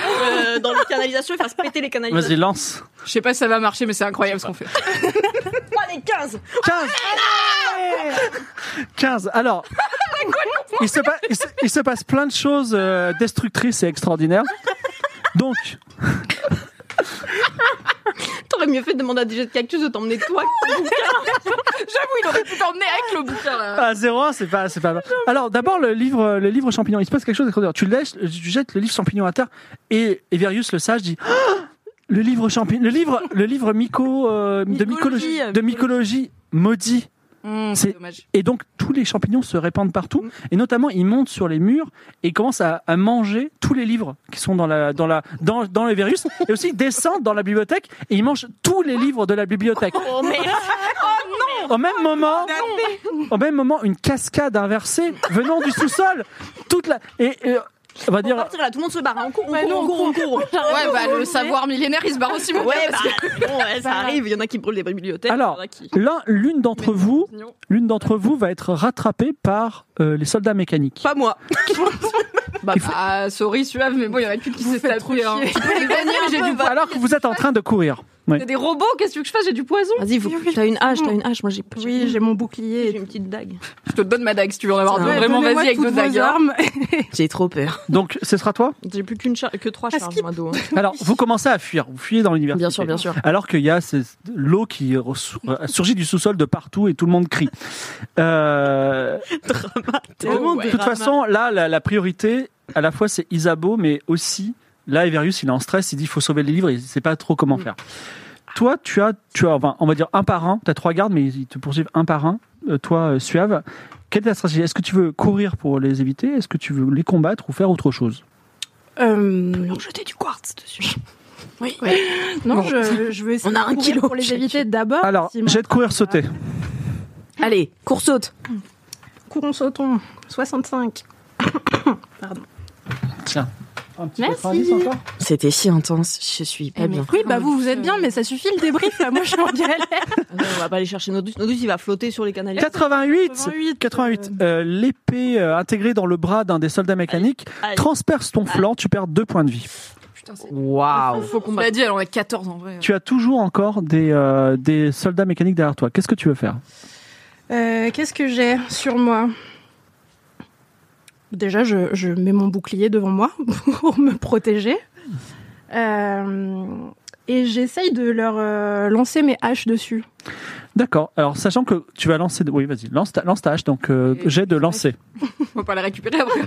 euh, dans les canalisations et fasse péter les canalisations. Vas-y, lance. Je sais pas si ça va marcher, mais c'est incroyable ce qu'on fait. Oh, les 15 15 15 Alors, il se, pa- il se- il se passe plein de choses euh, destructrices et extraordinaires. Donc, T'aurais mieux fait de demander à DJ de Cactus de t'emmener toi. J'avoue, il aurait pu t'emmener avec le bouquin là. à 0 c'est pas, c'est pas mal. Alors, d'abord, le livre, le livre champignon. Il se passe quelque chose d'extraordinaire. Tu, lèches- tu jettes le livre champignon à terre et Everius, le sage, dit Ah Le livre champignon, le livre, le livre myco, euh, de Mycologie, mycologie, euh, de mycologie maudit. Hum, C'est- c'est dommage. Et donc, tous les champignons se répandent partout. Et notamment, ils montent sur les murs et ils commencent à, à manger tous les livres qui sont dans, la, dans, la, dans, dans le virus. Et aussi, ils descendent dans la bibliothèque et ils mangent tous les livres de la bibliothèque. Oh Oh, merde Au même moment, au même moment, une cascade inversée venant du sous-sol. Toute la. Et, et, on va On va dire. partir là, tout le monde se barre. hein. On court, on Bah court, non, on court, on court. Ouais, bah le savoir millénaire, il se barre aussi mon gars, Ouais, parce bah, bon, ouais, ça arrive. Il y en a qui brûlent les bibliothèques. Alors, il y en a qui... l'un- L'une d'entre vous, que- l'une d'entre vous va être rattrapée par euh, les soldats mécaniques. Pas moi. Bah, Il faut- bah, sorry, suave, mais bon, il y en a qu'une qui s'est tapée. Hein. Je peux les gagner, mais j'ai du poison. Alors que vous êtes en train de courir. Oui. C'est des robots, qu'est-ce que tu veux que je fasse J'ai du poison. Vas-y, faut... t'as une hache, t'as une hache. Moi, j'ai Oui, j'ai mon bouclier. j'ai une petite dague. Je te donne ma dague si tu veux en avoir deux. Ouais, Vraiment, vas-y donnez-moi avec toutes deux vos dagues. hein. armes. J'ai trop peur. Donc, ce sera toi J'ai plus qu'une char... que trois Ah, charges, skip. moi, hein. dos. Alors, vous commencez à fuir. Vous fuyez dans l'univers. Bien sûr, bien sûr. Alors qu'il y a ces- l'eau qui ressou- euh, surgit du sous-sol de partout et tout le monde crie. Euh, Tellement de toute façon, là, la, la priorité, à la fois, c'est Isabeau, mais aussi, là, Everius, il est en stress, il dit il faut sauver les livres, il sait pas trop comment faire. Toi, tu as, tu as enfin, on va dire un par un, tu as trois gardes, mais ils te poursuivent un par un. Euh, toi, euh, Suave, quelle est ta stratégie Est-ce que tu veux courir pour les éviter Est-ce que tu veux les combattre ou faire autre chose Euh, jeter du quartz dessus. oui. Non, je, je veux essayer On a de un courir kilo pour les chacune. éviter d'abord. Alors, si mon- j'ai de courir sauter. Allez, cours saute. Courons sautons. 65. Tiens. Un petit Merci. 90 encore C'était si intense, je suis pas Eh, mais bien. oui, bah vous, vous êtes bien, mais ça suffit le débrief. là. Moi, je suis en galère. on va pas aller chercher Nodus. Nodus, il va flotter sur les canalisations. 88 88. 88. Euh, L'épée euh, intégrée dans le bras d'un des soldats mécaniques allez. transperce ton flanc, tu perds deux points de vie. Putain, c'est- Waouh. Faut qu'on me l'a dit, elle en a 14 en vrai. Tu as toujours encore des, euh, des soldats mécaniques derrière toi. Qu'est-ce que tu veux faire Euh, Qu'est-ce que j'ai sur moi Déjà, je, je mets mon bouclier devant moi pour me protéger. Euh, et j'essaye de leur euh, lancer mes haches dessus. D'accord. Alors, sachant que tu vas lancer. Oui, vas-y, lance ta, lance ta hache. Donc, euh, Et- j'ai de lancer. On va pas la récupérer après.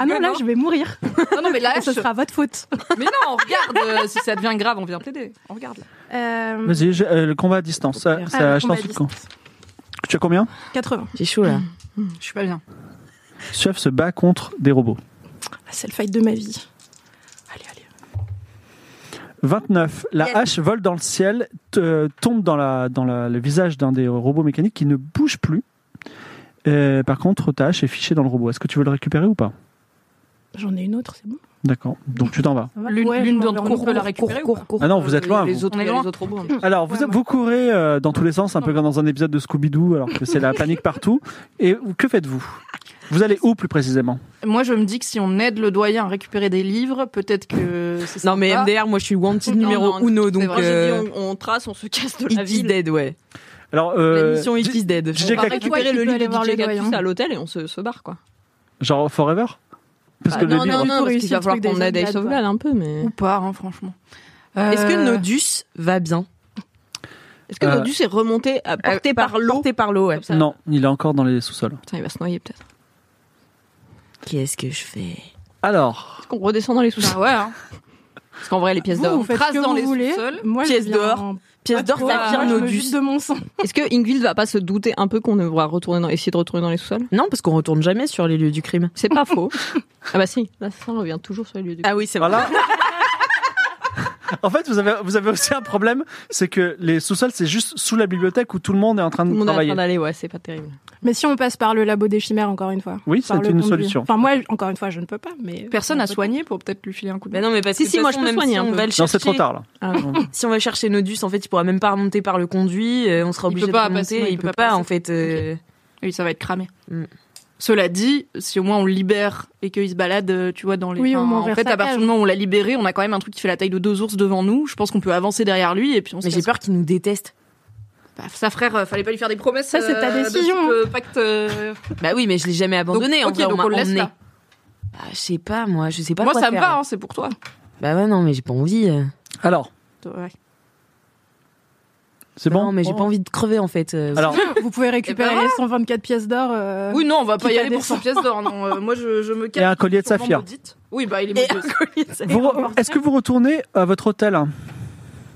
Ah non, là, je vais mourir. Non, non, mais là, Ce sera votre faute. Mais non, regarde, euh, si ça devient grave, on vient plaider. On regarde là. Euh, Vas-y, j'ai- euh, le combat à distance. Ça, ah, ça, je t'en combat à supplie. distance. Tu as combien 80. J'ai chaud là. Mm. Je suis pas bien. Chef se bat contre des robots. Ah, C'est le fight de ma vie. Allez, allez. 29. La Yes. hache vole dans le ciel, t- euh, tombe dans, la, dans la- le visage d'un des robots mécaniques qui ne bouge plus. Euh, par contre, ta hache est fichée dans le robot. Est-ce que tu veux le récupérer ou pas J'en ai une autre, c'est bon. D'accord. Donc tu t'en vas. Ça va L'une Ouais, je l'une m'en d'entre vais nous en peut la cours. récupérer. ou pas Ah non, vous êtes loin. Les, vous. autres, On est les loin. autres au bout. Alors, vous, Ouais, moi. vous courez euh, dans tous les sens, un peu comme dans un épisode de Scooby-Doo, alors que c'est la panique partout. Et que faites-vous Vous allez où plus précisément Moi, je me dis que si on aide le doyen à récupérer des livres, peut-être que c'est Non mais Ah. sympa. MDR, moi je suis wanted numéro Non, non, uno, donc Moi, j'ai euh, dit, on, on trace, on se casse de la it is ville. dead, ouais. Alors, euh, la mission it di- is dead. DJ On va Cactus- récupérer le Tu peux lit aller de voir DJ le Cactus doyen. à l'hôtel et on se, se barre, quoi. genre Forever Ah Parce que Bah, non, le livre. non, non, Faut parce qu'il réussir va le falloir truc qu'on des aide Undead, Ace of Gal un peu, mais... Euh. Ou pas, hein, franchement. Est-ce que Euh, Nodus va bien Est-ce que Euh, Nodus est remonté, euh, porté Euh, par l'eau Porté par l'eau, ouais. ça. Non, il est encore dans les sous-sols. Putain, il va se noyer peut-être. Qu'est-ce que je fais Alors, Est-ce qu'on redescend dans les sous-sols Ah ouais, hein. Ah, Parce qu'en vrai, les pièces Vous, d'or. vous faites ce que dans vous Vous les voulez sous-sols, Moi, pièce je viens d'or, en- Pièce d'or, hein. Moi, ça vire je me Nodus. vide de mon sang. Est-ce que Ingvild va pas se douter un peu qu'on va retourner dans, essayer de retourner dans les sous-sols Non, parce qu'on retourne jamais sur les lieux du crime. C'est pas faux. Ah bah si, l'assassin revient toujours sur les lieux du Ah oui, c'est voilà. en fait, vous avez, vous avez aussi un problème, c'est que les sous-sols, c'est juste sous la bibliothèque où tout le monde est en train Tout de le monde est en travailler. train d'aller, ouais, c'est pas terrible. Mais si on passe par le labo des chimères, encore une fois. Oui, Par c'est le une conduit. solution. Enfin, moi, encore une fois, je ne peux pas, mais. personne on à peut- soigner pour peut-être lui filer un coup de Bah non, mais parce que Si, si, de toute moi, façon, je peux même soigner si un on peu. va le Non, chercher, c'est trop tard là. Si on va chercher Nodus, en fait, il pourra même pas remonter par le conduit. euh, on sera Il obligé peut pas de passer, remonter. ouais, il, peut pas, passer. en fait. euh, Oui, ça va être cramé. Mm. Cela dit, si au moins on le libère et qu'il se balade, euh, tu vois, dans les. Oui, au moins en vers fait, sa à partir cage. du moment où on l'a libéré, on a quand même un truc qui fait la taille de deux ours devant nous. Je pense qu'on peut avancer derrière lui et puis on se. Mais j'ai casse. peur qu'il nous déteste. Bah, ça, frère, euh, fallait pas lui faire des promesses. Ça, c'est ta euh, de décision, type, euh, pacte. euh, Bah oui, mais je l'ai jamais abandonné. donc, en ok, vrai, on donc m'a on le laisse emmené. là. Bah, je sais pas, moi, je sais pas Moi, quoi ça me faire. va, hein, c'est pour toi. Bah ouais, non, mais j'ai pas envie. euh. Alors, Ouais. c'est Bah bon Non, mais j'ai pas envie de crever, en fait. euh. Alors, Vous pouvez récupérer Eh ben, les 124 pièces d'or. euh, Oui, non, on va pas Quitte y à aller pour 100 pièces d'or. non, euh, moi, je, je me et cache. un collier de Sûrement saphir. maudite. Oui, bah, il est Et maudit aussi. Vous re- Est-ce que vous retournez à votre hôtel hein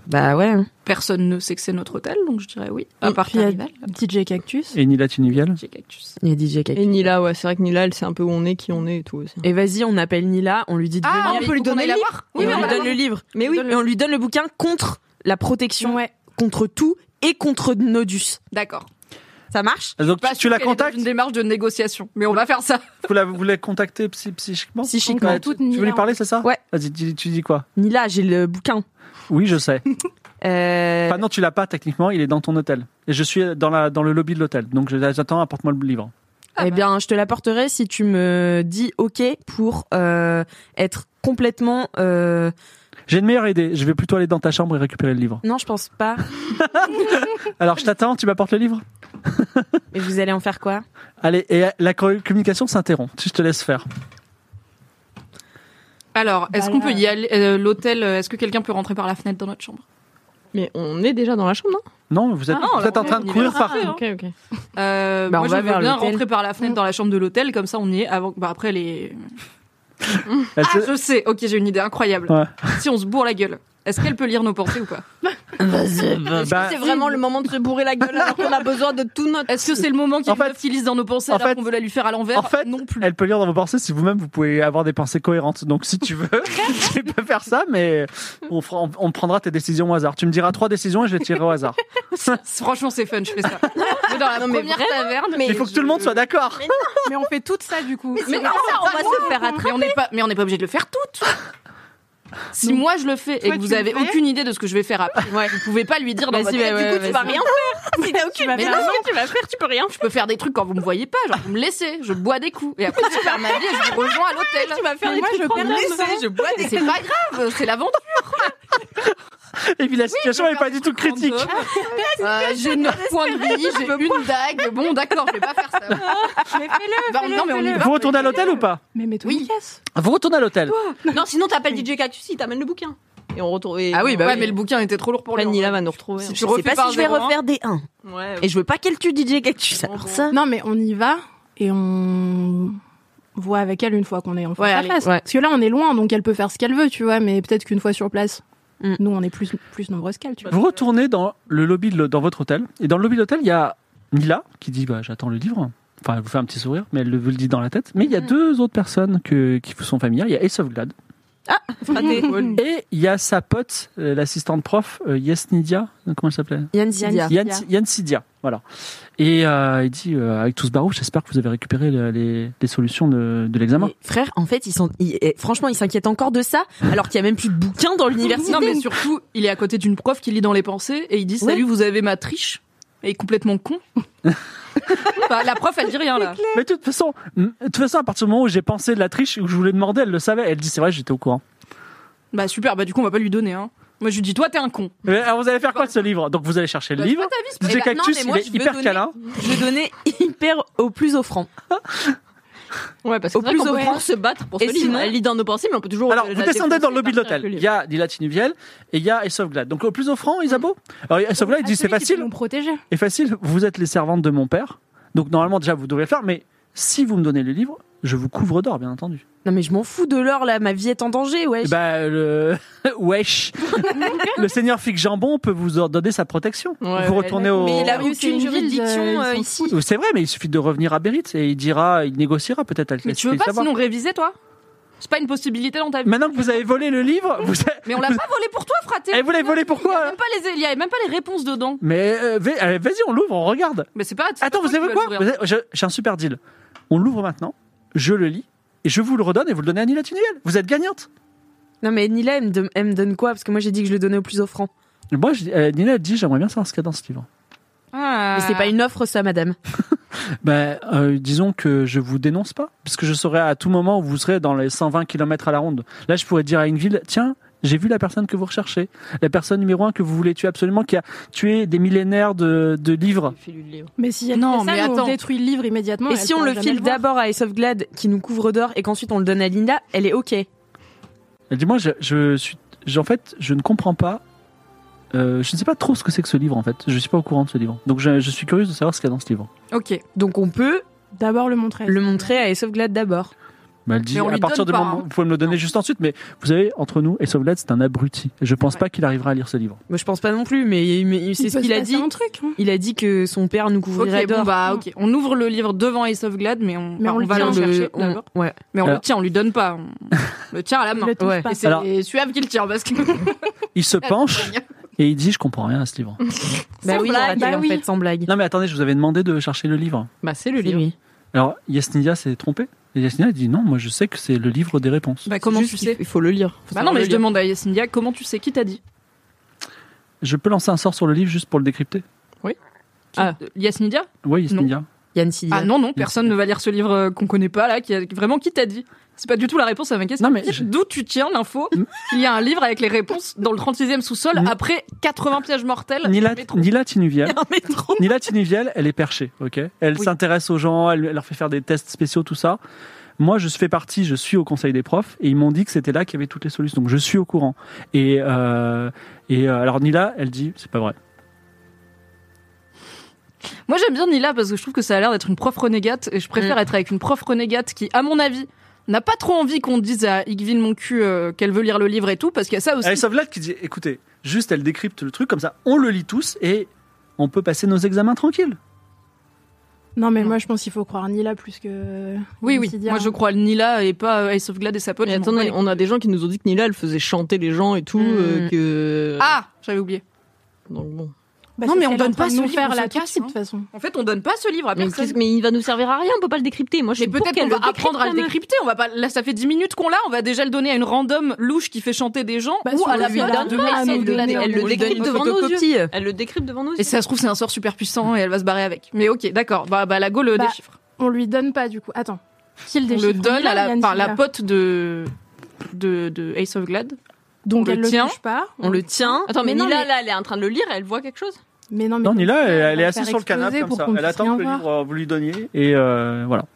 Bah ouais. hein. Personne ne sait que c'est notre hôtel, donc je dirais oui. À Et part puis, il y a- Carnival, DJ Cactus. et Nila Tuniviel j'ai Cactus. Il y a DJ Kaki. Et euh, Nila, ouais, c'est vrai que Nila, elle sait un peu où on est, qui on est et tout aussi. Et vas-y, on appelle Nila, on lui dit de Ah, venir. on peut lui donner la voir. Oui, Oui, mais on on lui la donne le livre. Mais oui, Donne-le. et on lui donne le bouquin contre la protection, contre tout et contre Nodus. D'accord. Ça marche Donc Pas tu, tu sûr qu'elle est la dans contactes Une démarche de négociation, mais on va faire ça. vous la, vous la contactez psy- psychiquement Psychiquement. Ouais, tu, tu veux lui parler, c'est ça Ouais. Vas-y, tu, tu dis quoi Nila, j'ai le bouquin. Oui, je sais. Euh, Enfin non, tu l'as pas techniquement, il est dans ton hôtel. Et je suis dans, la, dans le lobby de l'hôtel, donc je- j'attends, apporte-moi le livre. Ah Eh bah. bien, je te l'apporterai si tu me dis OK pour euh, être complètement. euh, J'ai une meilleure idée, je vais plutôt aller dans ta chambre et récupérer le livre. Non, je pense pas. Alors je t'attends, tu m'apportes le livre Mais vous allez en faire quoi Allez, et euh, la co- communication s'interrompt, je te laisse faire. Alors, est-ce Bah qu'on là- peut y aller euh, L'hôtel, euh, est-ce que quelqu'un peut rentrer par la fenêtre dans notre chambre Mais on est déjà dans la chambre, non Non, vous êtes, Ah non, vous êtes en on train est- de on est courir là. par... hein. Ah, Ok, ok. euh, Bah, Moi, on je va veux vers bien l'hôtel. rentrer par la fenêtre dans la chambre de l'hôtel, comme ça on y est avant. Bah, après, les. Elle Ah, se- je sais, ok, j'ai une idée incroyable. Ouais. Si on se bourre la gueule, est-ce qu'elle peut lire nos pensées ou pas Bah, C'est vraiment le moment de se bourrer la gueule alors qu'on a besoin de tout notre. Est-ce que c'est le moment qu'il y a En une fait- meuf qui lise dans nos pensées en alors fait- qu'on veut la lui faire à l'envers En fait, Non plus. elle peut lire dans vos pensées si vous-même vous pouvez avoir des pensées cohérentes. Donc si tu veux, tu peux faire ça, mais on, fera- on- on prendra tes décisions au hasard. Tu me diras trois décisions et je les tirerai au hasard. Franchement, c'est fun, je fais ça. Mais dans la mais première vraiment, taverne, mais- Il faut que tout le monde soit d'accord. Mais on fait tout ça, du coup. Mais non, ça, on va se faire attraper. Mais on n'est pas, mais on n'est pas obligé de le faire toutes. Si moi je le fais et toi, que vous tu le avez fais aucune idée de ce que je vais faire après, vous pouvez pas lui dire dans votre Vas-y, tête, bah du ouais, coup tu vas vas-y. rien si t'as aucune. Mais non, tu vas faire, tu peux rien. Je peux faire des trucs quand vous me voyez pas, genre vous me laissez, je bois des coups et après je perds ma vie et je vous rejoins à l'hôtel. Tu vas faire Mais des moi, trucs je en perds laissant. laissant. je bois des C'est pas grave, c'est l'aventure. Et puis la situation je n'est vais pas faire du des tout trucs en critique. dehors. Euh, j'ai 9 points de vie, j'ai une dague. Bon, d'accord, je vais pas faire ça. Mais fais-le. Bah, fais-le, non, mais on y fais-le. va. Vous retournez à l'hôtel ou pas Mais mets-toi Oui. une caisse. Vous retournez à l'hôtel. Non, sinon t'appelles DJ Cactus, il t'amène le bouquin. Et on retrouve. et Ah oui, bah on- ouais, mais le bouquin était trop lourd pour Après, lui. Nila va nous retrouver. Si hein. tu je sais refais pas par si je vais zéro, hein. refaire des 1. Ouais. Et je veux pas qu'elle tue DJ Cactus. Alors ça. Non, mais on y va et on voit avec elle une fois qu'on est en face à allez, face. ouais. Parce que là, on est loin, donc elle peut faire ce qu'elle veut, tu vois. Mais peut-être qu'une fois sur place, Mm. nous, on est plus plus nombreuses qu'elle, tu vois. Vous retournez dans le lobby de l'hô- dans votre hôtel. Et dans le lobby de l'hôtel, il y a Mila qui dit bah, J'attends le livre. Enfin, elle vous fait un petit sourire, mais elle le- vous le dit dans la tête. Mais il y a deux autres personnes que, qui vous sont familières. Il y a Esovglad Fraté. et il y a sa pote, euh, l'assistante prof, euh, Yasnidia. Comment elle s'appelait Yann Sidia. Sidia. Yann, Yann Sidia, voilà. Et euh, il dit, euh, avec tout ce barreau, j'espère que vous avez récupéré le- les, les solutions de, de l'examen. Mais Frère, en fait, ils sont, ils- eh, franchement, ils s'inquiètent encore de ça, alors qu'il y a même plus de bouquins dans l'université. Non, mais surtout, il est à côté d'une prof qui lit dans les pensées et il dit Salut, vous avez ma triche Et il est complètement con. Bah, la prof, elle dit rien là. Mais de toute façon, m- de toute façon, à partir du moment où j'ai pensé de la triche, où je voulais demander, elle le savait. Elle dit, c'est vrai, j'étais au courant. Bah super, bah du coup, on va pas lui donner. Hein. Moi, je lui dis Toi, t'es un con. Mais alors, vous allez faire quoi de ce livre Donc, vous allez chercher le Bah, livre. Eh DJ ben, non, Cactus, mais moi, il est je veux hyper donner- câlin. Je vais donner hyper au plus offrant. Ouais, parce que Au c'est vrai plus au qu'on peut moins. toujours se battre pour ce Et livre. sinon- Elle lit dans nos pensées, mais on peut toujours. Alors, la vous descendez dans le lobby de défoncer par l'hôtel. quelques Il y livres. a Dilatinuviel et il y a Essovglad. Donc, au plus offrant, Isabeau. Alors, Ah, Essovglad, il Ah, dit c'est facile. Nous protéger. Et facile, vous êtes les servantes de mon père. Donc, normalement, déjà, vous devriez le faire. Mais si vous me donnez le livre, je vous couvre d'or, bien entendu. Non, mais je m'en fous de l'or là, ma vie est en danger, ouais. Et bah, le. Wesh Le seigneur Fig Jambon peut vous ordonner sa protection. Ouais, vous ouais. retournez au. Mais il a Oh, c'est aucune une ville, juridiction euh, euh, ils s'en ici. Ou C'est vrai, mais il suffit de revenir à Bérit et il dira, il négociera peut-être avec Mais les- tu veux les pas savoirs. sinon réviser, toi C'est pas une possibilité dans ta vie. Maintenant que vous avez volé le livre, vous. Mais on l'a pas volé pour toi, fraté. Et vous l'avez volé Il y a pourquoi même pas les- Il y avait même pas les réponses dedans. Mais euh, va- allez, vas-y, on l'ouvre, on regarde. Mais c'est pas. c'est Attends, pas vous toi savez qui quoi vas l'ouvrir. Vous savez- je- J'ai un super deal. On l'ouvre maintenant, je le lis, et je vous le redonne et vous le donnez à Nila Tuniel. Vous êtes gagnante. Non, mais Nila, elle me, don- elle me donne quoi Parce que moi, j'ai dit que je le donnais au plus offrant. Et Moi, je- euh, Nila dit J'aimerais bien savoir ce qu'il y a dans ce livre. Ah. Mais c'est pas une offre, ça, madame. Ben, euh, disons que je vous dénonce pas, parce que je saurais à tout moment où vous serez dans les 120 km à la ronde. Là, je pourrais dire à une ville Tiens, j'ai vu la personne que vous recherchez, la personne numéro un que vous voulez tuer absolument, qui a tué des millénaires de, de livres. Mais si Non, mais ça, nous, attends. on détruit le livre immédiatement. Et elle si on pourra le jamais file voir. d'abord à Ace of Glad qui nous couvre d'or et qu'ensuite on le donne à Linda, elle est ok. Elle dit Moi, je, je suis. je- en fait, je ne comprends pas. euh, je ne sais pas trop ce que c'est que ce livre en fait. Je ne suis pas au courant de ce livre. Donc je, je suis curieuse de savoir ce qu'il y a dans ce livre. Ok. Donc on peut D'abord le montrer. le montrer à Ace of Glad d'abord. Bah, elle dit, Mais on à lui partir donne du pas, moment, hein. vous pouvez me le donner juste ensuite, mais vous savez, entre nous, et Sauvelade, c'est un abruti. Je pense pas qu'il arrivera à lire ce livre. Moi je pense pas non plus, mais, mais Il c'est ce peut qu'il se a passer dit. un truc. hein. Il a dit que son père nous couvrirait Ok, bon, d'or. bah, ok. On ouvre le livre devant Ace of Glad, mais on, Mais enfin, on le va tient, le on le chercher cherche, on- d'accord. Ouais. Mais on Alors- le tient, on lui donne pas. On le tient à la main. Le touche Ouais. pas. Et c'est Alors- Suave qui le tient parce que. Il se penche et il dit, je comprends rien à ce livre. Bah Sans oui, blague, raté, bah en oui. fait, sans blague. non mais attendez, je vous avais demandé de chercher le livre. Bah, c'est le C'est livre. lui. Alors, Yasnidia s'est trompée. Et Yasnidia dit, non, moi je sais que c'est le livre des réponses. Bah, comment Juste tu qu'il- sais Il faut le lire. Faut Bah, savoir non, mais le je lire. demande à Yasminia comment tu sais qui t'a dit. Je peux lancer un sort sur le livre juste pour le décrypter Ah. Euh, Yasminia Oui, Yasnidia. Yann Sidia. Ah non, non, personne ne va lire ce livre euh, qu'on connaît pas là. Qui a... Vraiment, qui t'a dit C'est pas du tout la réponse à ma question. Non, mais Qui- je- D'où tu tiens l'info Il y a un livre avec les réponses dans le 36e sous-sol Mm. après 80 pièges mortels. Nila, Mais trop- Nila Tinuviel. Un métro. Nila Tinuviel, elle est perchée, ok Elle Oui. s'intéresse aux gens, elle, elle leur fait faire des tests spéciaux, tout ça. Moi, je fais partie, je suis au conseil des profs, et ils m'ont dit que c'était là qu'il y avait toutes les solutions, donc je suis au courant. Et, euh, et euh, alors Nila, elle dit, c'est pas vrai. Moi j'aime bien Nila parce que je trouve que ça a l'air d'être une prof renégate et je Mm. préfère être avec une prof renégate qui, à mon avis, n'a pas trop envie qu'on dise à Igville mon cul euh, qu'elle veut lire le livre et tout parce qu'il y a ça aussi. Elle sauve là Eh, qui dit, écoutez, juste elle décrypte le truc, comme ça, on le lit tous, et on peut passer nos examens tranquilles. Non, mais moi, je pense qu'il faut croire Nila plus que. oui, oui. Lucidia, Moi je hein. crois à Nila et pas euh, Ace of Glad et sa pote. Mais je m'en bats attendez, les- on a des gens qui nous ont dit que Nila, elle faisait chanter les gens et tout. euh, Mm. que... Ah, j'avais oublié. Donc bon. Bah, Non, c'est mais ce on qu'elle est donne en train pas de se nous faire on la sait tout de casse, suite, hein. De toute façon. En fait, on donne pas ce livre à Mais, personne. qu'est-ce- mais il va nous servir à rien, on peut pas le décrypter. Moi, je Mais suis pour peut-être qu'on qu'elle va le décrypte, apprendre à la le meuf. décrypter. On va pas. Là, ça fait 10 minutes qu'on l'a. On va déjà le donner à une random louche qui fait chanter des gens Bah, ou à si la on lui pote. donne de pas, Ace elle of nous Glad. donne- Et elle le on lui donne décrit une devant nos photocopie. yeux. Elle le décrit devant nos yeux. Et si ça se trouve, c'est un sort super puissant et elle va se barrer avec. Mais ok, d'accord. Bah, bah, la go le Bah, déchiffre. On lui donne pas, du coup. Attends. Qui le On déchiffre le donne Nila à ou la, Yann enfin, la Sidia pote de, de, de Ace of Glad. Donc, on elle le le tient, touche pas. On le tient. Attends, mais, Mais non, Nila, mais- là, elle est en train de le lire, elle voit quelque chose Mais non, mais. Non, comme Nila, ça, elle, elle va est le assise faire sur le canapé, exploser comme pour ça. qu'on Elle puisse attend rien que le voir. livre euh, vous lui donniez, et euh, voilà.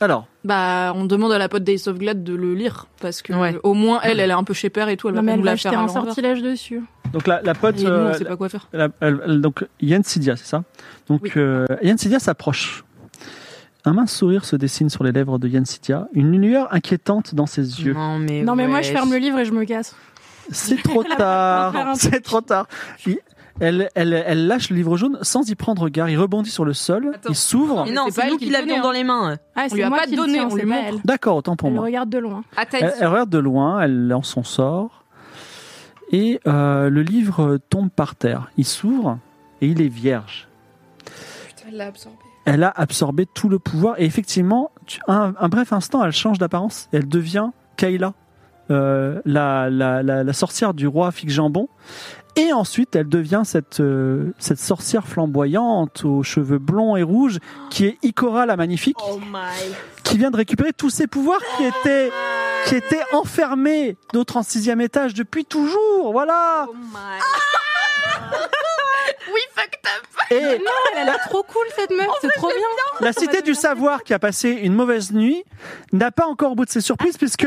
Alors, Bah, on demande à la pote d'Ace of Glad de le lire parce que Ouais. euh, au moins elle, elle est un peu chez père et tout. Elle Non, va pas mais elle nous va la jeter faire à un l'envers. sortilège dessus. donc la, la pote, Et nous, on euh, sait pas quoi faire. La- elle- elle- donc Yann Sidia, c'est ça Donc Oui. euh, Yann Sidia s'approche. Un mince sourire se dessine sur les lèvres de Yann Sidia, une lueur inquiétante dans ses yeux. Non, mais, Non, mais moi, je wesh. ferme le livre et je me casse. C'est trop faire un tard, truc. c'est trop tard. Il- elle, elle, elle lâche le livre jaune sans y prendre garde. Il rebondit sur le sol, Attends. il s'ouvre. Mais Mais non, c'est pas c'est elle nous qui qui le l'avions tenait, dans les mains. Ah, On c'est lui a moi pas qui le donné, tiens, on c'est lui pas montre. elle. D'accord, autant pour Elle le moi. regarde de loin. Ah, Elle, elle regarde de loin, elle lance son sort. Et euh, le livre tombe par terre. Il s'ouvre et il est vierge. Putain, elle l'a absorbé. elle a absorbé tout le pouvoir et effectivement, tu- un, un bref instant, elle change d'apparence. Elle devient Kayla, euh, la, la, la, la sorcière du roi Fig Jambon. Et ensuite, elle devient cette, euh, cette sorcière flamboyante aux cheveux blonds et rouges qui est Ikora la Magnifique, my. qui vient de récupérer tous ses pouvoirs qui étaient, qui étaient enfermés au 36e étage depuis toujours. Voilà my. Oui, fucked up. Et Elle a l'air trop cool cette meuf, c'est trop bien. la cité du savoir qui a passé une mauvaise nuit n'a pas encore au bout de ses surprises puisque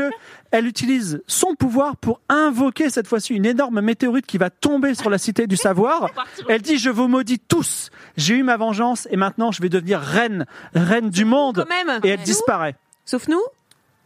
elle utilise son pouvoir pour invoquer cette fois-ci une énorme météorite qui va tomber sur la cité du savoir. Elle dit je vous maudis tous. J'ai eu ma vengeance et maintenant je vais devenir reine, reine du monde. même. Et elle disparaît. Sauf nous.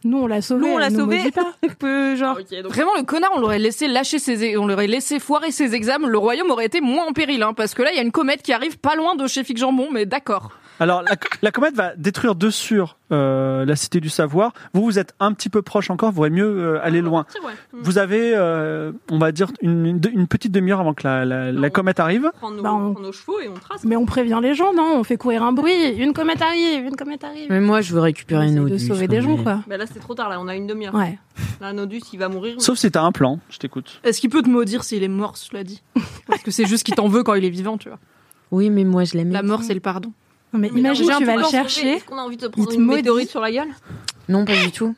Nous on l'a sauvée. Nous, on l'a elle nous sauvée. maudit pas. Peu genre. Vraiment, le connard, on l'aurait laissé lâcher ses, é- on l'aurait laissé foirer ses examens, le royaume aurait été moins en péril, hein, parce que là, il y a une comète qui arrive pas loin de chez Fic Jambon, mais d'accord. Alors la, la comète va détruire de sûr euh, la cité du savoir. Vous vous êtes un petit peu proche encore, vous vaudrait mieux euh, aller loin. Vous avez, euh, on va dire, une, une petite demi-heure avant que la, la- la comète arrive. Prends nos, Bah, on- prends nos chevaux et on trace. Mais on prévient les gens, non On fait courir un bruit. Une comète arrive, une comète arrive. Mais moi, je veux récupérer On une essaie eau de douce, sauver des gens mais- quoi. Bah là, c'est trop tard. Là, on a une demi-heure. Ouais. Là, Nodus, il va mourir. Sauf si t'as un plan, je t'écoute. Est-ce qu'il peut te maudire s'il est mort, cela dit Parce que c'est juste qu'il t'en veut quand il est vivant, tu vois. Oui, mais moi, je l'aimais. La mort, c'est le pardon. Non, mais Mais non, imagine j'ai un tu vas truc le à sauver. chercher. Est-ce qu'on a envie de se prendre te une maudit. météorite sur la gueule Non, pas du tout.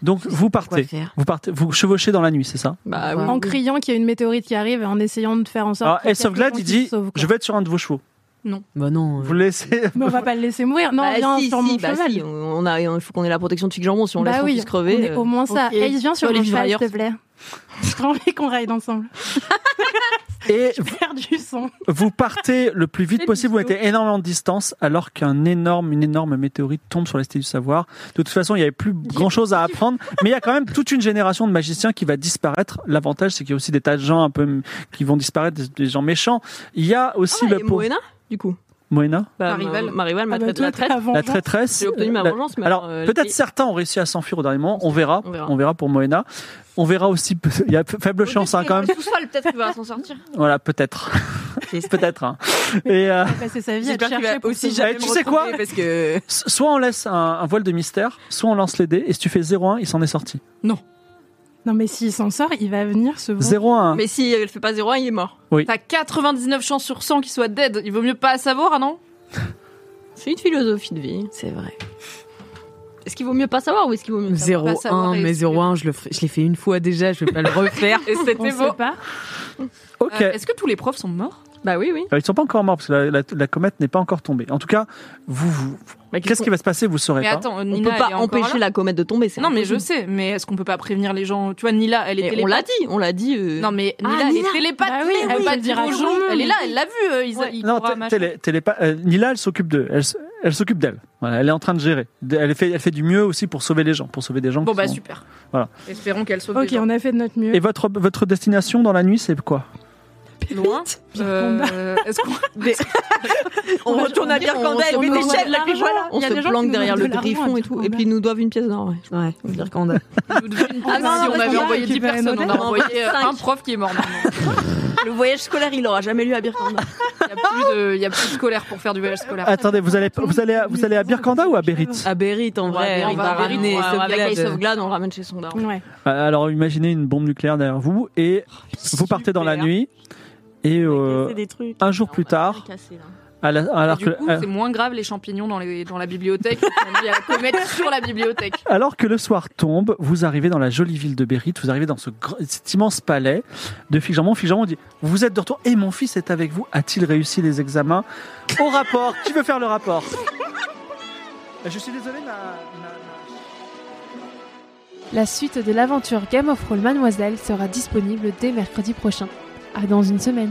Donc vous Quoi partez. faire Vous partez, vous chevauchez dans la nuit, c'est ça Bah oui. En criant qu'il y a une météorite qui arrive, en essayant de faire en sorte. Alors, qu'il y ait et Sauveglade, quelqu'un il qui se dit, sauve, quoi. je vais être sur un de vos chevaux. Bah non. euh, Vous le laissez. Mais on va pas le laisser mourir. Non, Bah, viens si, sur si, mon bah, cheval. si, on a, il faut qu'on ait la protection de Tic Jambon si on bah laisse oui, oui, crever. on est euh, au moins ça. ok. Et viens sur mon Olivier cheval, s'il Ayer. te plaît. J'ai envie qu'on ride ensemble. Et J'ai perdu son. vous partez le plus vite C'est possible, vous bisou. mettez énormément de distance, alors qu'un énorme, une énorme météorite tombe sur la cité du savoir. De toute façon, il n'y avait plus grand chose à apprendre, mais il y a quand même toute une génération de magiciens qui va disparaître. L'avantage, c'est qu'il y a aussi des tas de gens un peu, m- qui vont disparaître, des, des gens méchants. Il y a aussi Ah, le et pauvre- Moena, du coup. Moena, Bah, Ma rivale. ma, ma rivale m'a Ah bah, traité toi, la traite. t'as vengeance. la traîtresse. J'ai obtenu ma la- vengeance, mais Ah, bah, Alors, euh, peut-être les- certains ont réussi à s'enfuir au dernier moment. On verra. On verra. On verra pour Moena. On verra aussi. Il y a faible chance, hein, quand même. Sous-sol, peut-être qu'il va s'en sortir. Voilà, peut-être. peut-être. hein. Et euh, Elle a passé sa vie à te J'espère qu'il chercher va pour aussi se- jamais Eh, tu me sais quoi retrouver, parce que s- soit on laisse un, un voile de mystère, soit on lance les dés. Et si tu fais 0-1, il s'en est sorti. Non, mais s'il s'en sort, il va venir se venger. 0-1. mais si elle fait pas 0 il est mort. T'as 99 chances sur 100 qu'il soit dead. Il vaut mieux pas savoir, ah non C'est une philosophie de vie. C'est vrai. Est-ce qu'il vaut mieux pas savoir ou est-ce qu'il vaut mieux Bah savoir pas savoir 0-1, euh, mais réussir. 0-1, je le ferai- je l'ai fait une fois déjà, je vais pas le refaire. Et On c'était beau. sait pas. Ok. Euh, Est-ce que tous les profs sont morts Bah oui, oui. Euh, Ils sont pas encore morts parce que la, la- la comète n'est pas encore tombée. En tout cas, vous, vous- Bah, qu'est-ce qui va se passer Vous saurez Mais pas. attends, On Nina, peut elle est pas encore empêcher là la comète de tomber. c'est Non, mais je impossible. sais, mais est-ce qu'on peut pas prévenir les gens Tu vois, Nila, elle est Et on télépathe. l'a dit, on l'a dit. euh, Non, mais Ah, Nila, elle Nila. est télépathe. Bah oui, elle elle peut pas peut dire dire aux à tout gens. le monde. Elle est là, elle l'a vu. euh, Isa- il Non, pourra, t'es- machin. télé- télépa- euh, Nila, elle s'occupe de, elle, s- elle s'occupe d'elle. Voilà, elle est en train de gérer. Elle fait, elle fait du mieux aussi pour sauver les gens, pour sauver des gens. Bon, qui bah sont- super. Voilà. Espérons qu'elle sauve Ok, des gens. on a fait de notre mieux. Et votre, votre destination dans la nuit, c'est quoi Loin. Euh, Est-ce qu'on on Ouais, retourne à on- Birkandel, on- mais on- des on- chaînes, là, on- puis voilà. on- On il y a des se gens qui planque nous derrière donnent le de l'argent griffon à et tout. Et Birkandel. puis ils nous doivent une pièce d'or, ouais. Ouais, Virkanda. nous devait une preuve si Ah non, on parce qu'on avait a envoyé 10 récupéré personnes, nos on notes. a envoyé euh, Cinq. un prof qui est mort. maintenant. Le voyage scolaire, il aura jamais lu à Birkandel. Il n'y a, plus de- il y a plus de scolaire pour faire du voyage scolaire. Attendez, vous allez, vous allez, à- vous allez à Birkanda ou à Bérit À Berit, en vrai, on on va va à Bérit, ramener on va- on va Avec Sauvegarde. Sauveglade, on le ramène chez son daron. Ouais. Euh, Alors imaginez une bombe nucléaire derrière vous et Oh, vous partez dans la nuit et euh, des trucs. un jour plus tard, à la- alors Du que, coup, euh, c'est moins grave les champignons dans, les, dans la bibliothèque. Il y a la comète sur la bibliothèque. alors que le soir tombe, vous arrivez dans la jolie ville de Bérit, vous arrivez dans ce gr- cet immense palais de Figermont. Figermont dit Vous êtes de retour et mon fils est avec vous. A-t-il réussi les examens Au rapport Qui veut faire le rapport Je suis désolé, ma- ma- ma... La suite de l'aventure Game of Roll Mademoiselle sera disponible dès mercredi prochain. À dans une semaine.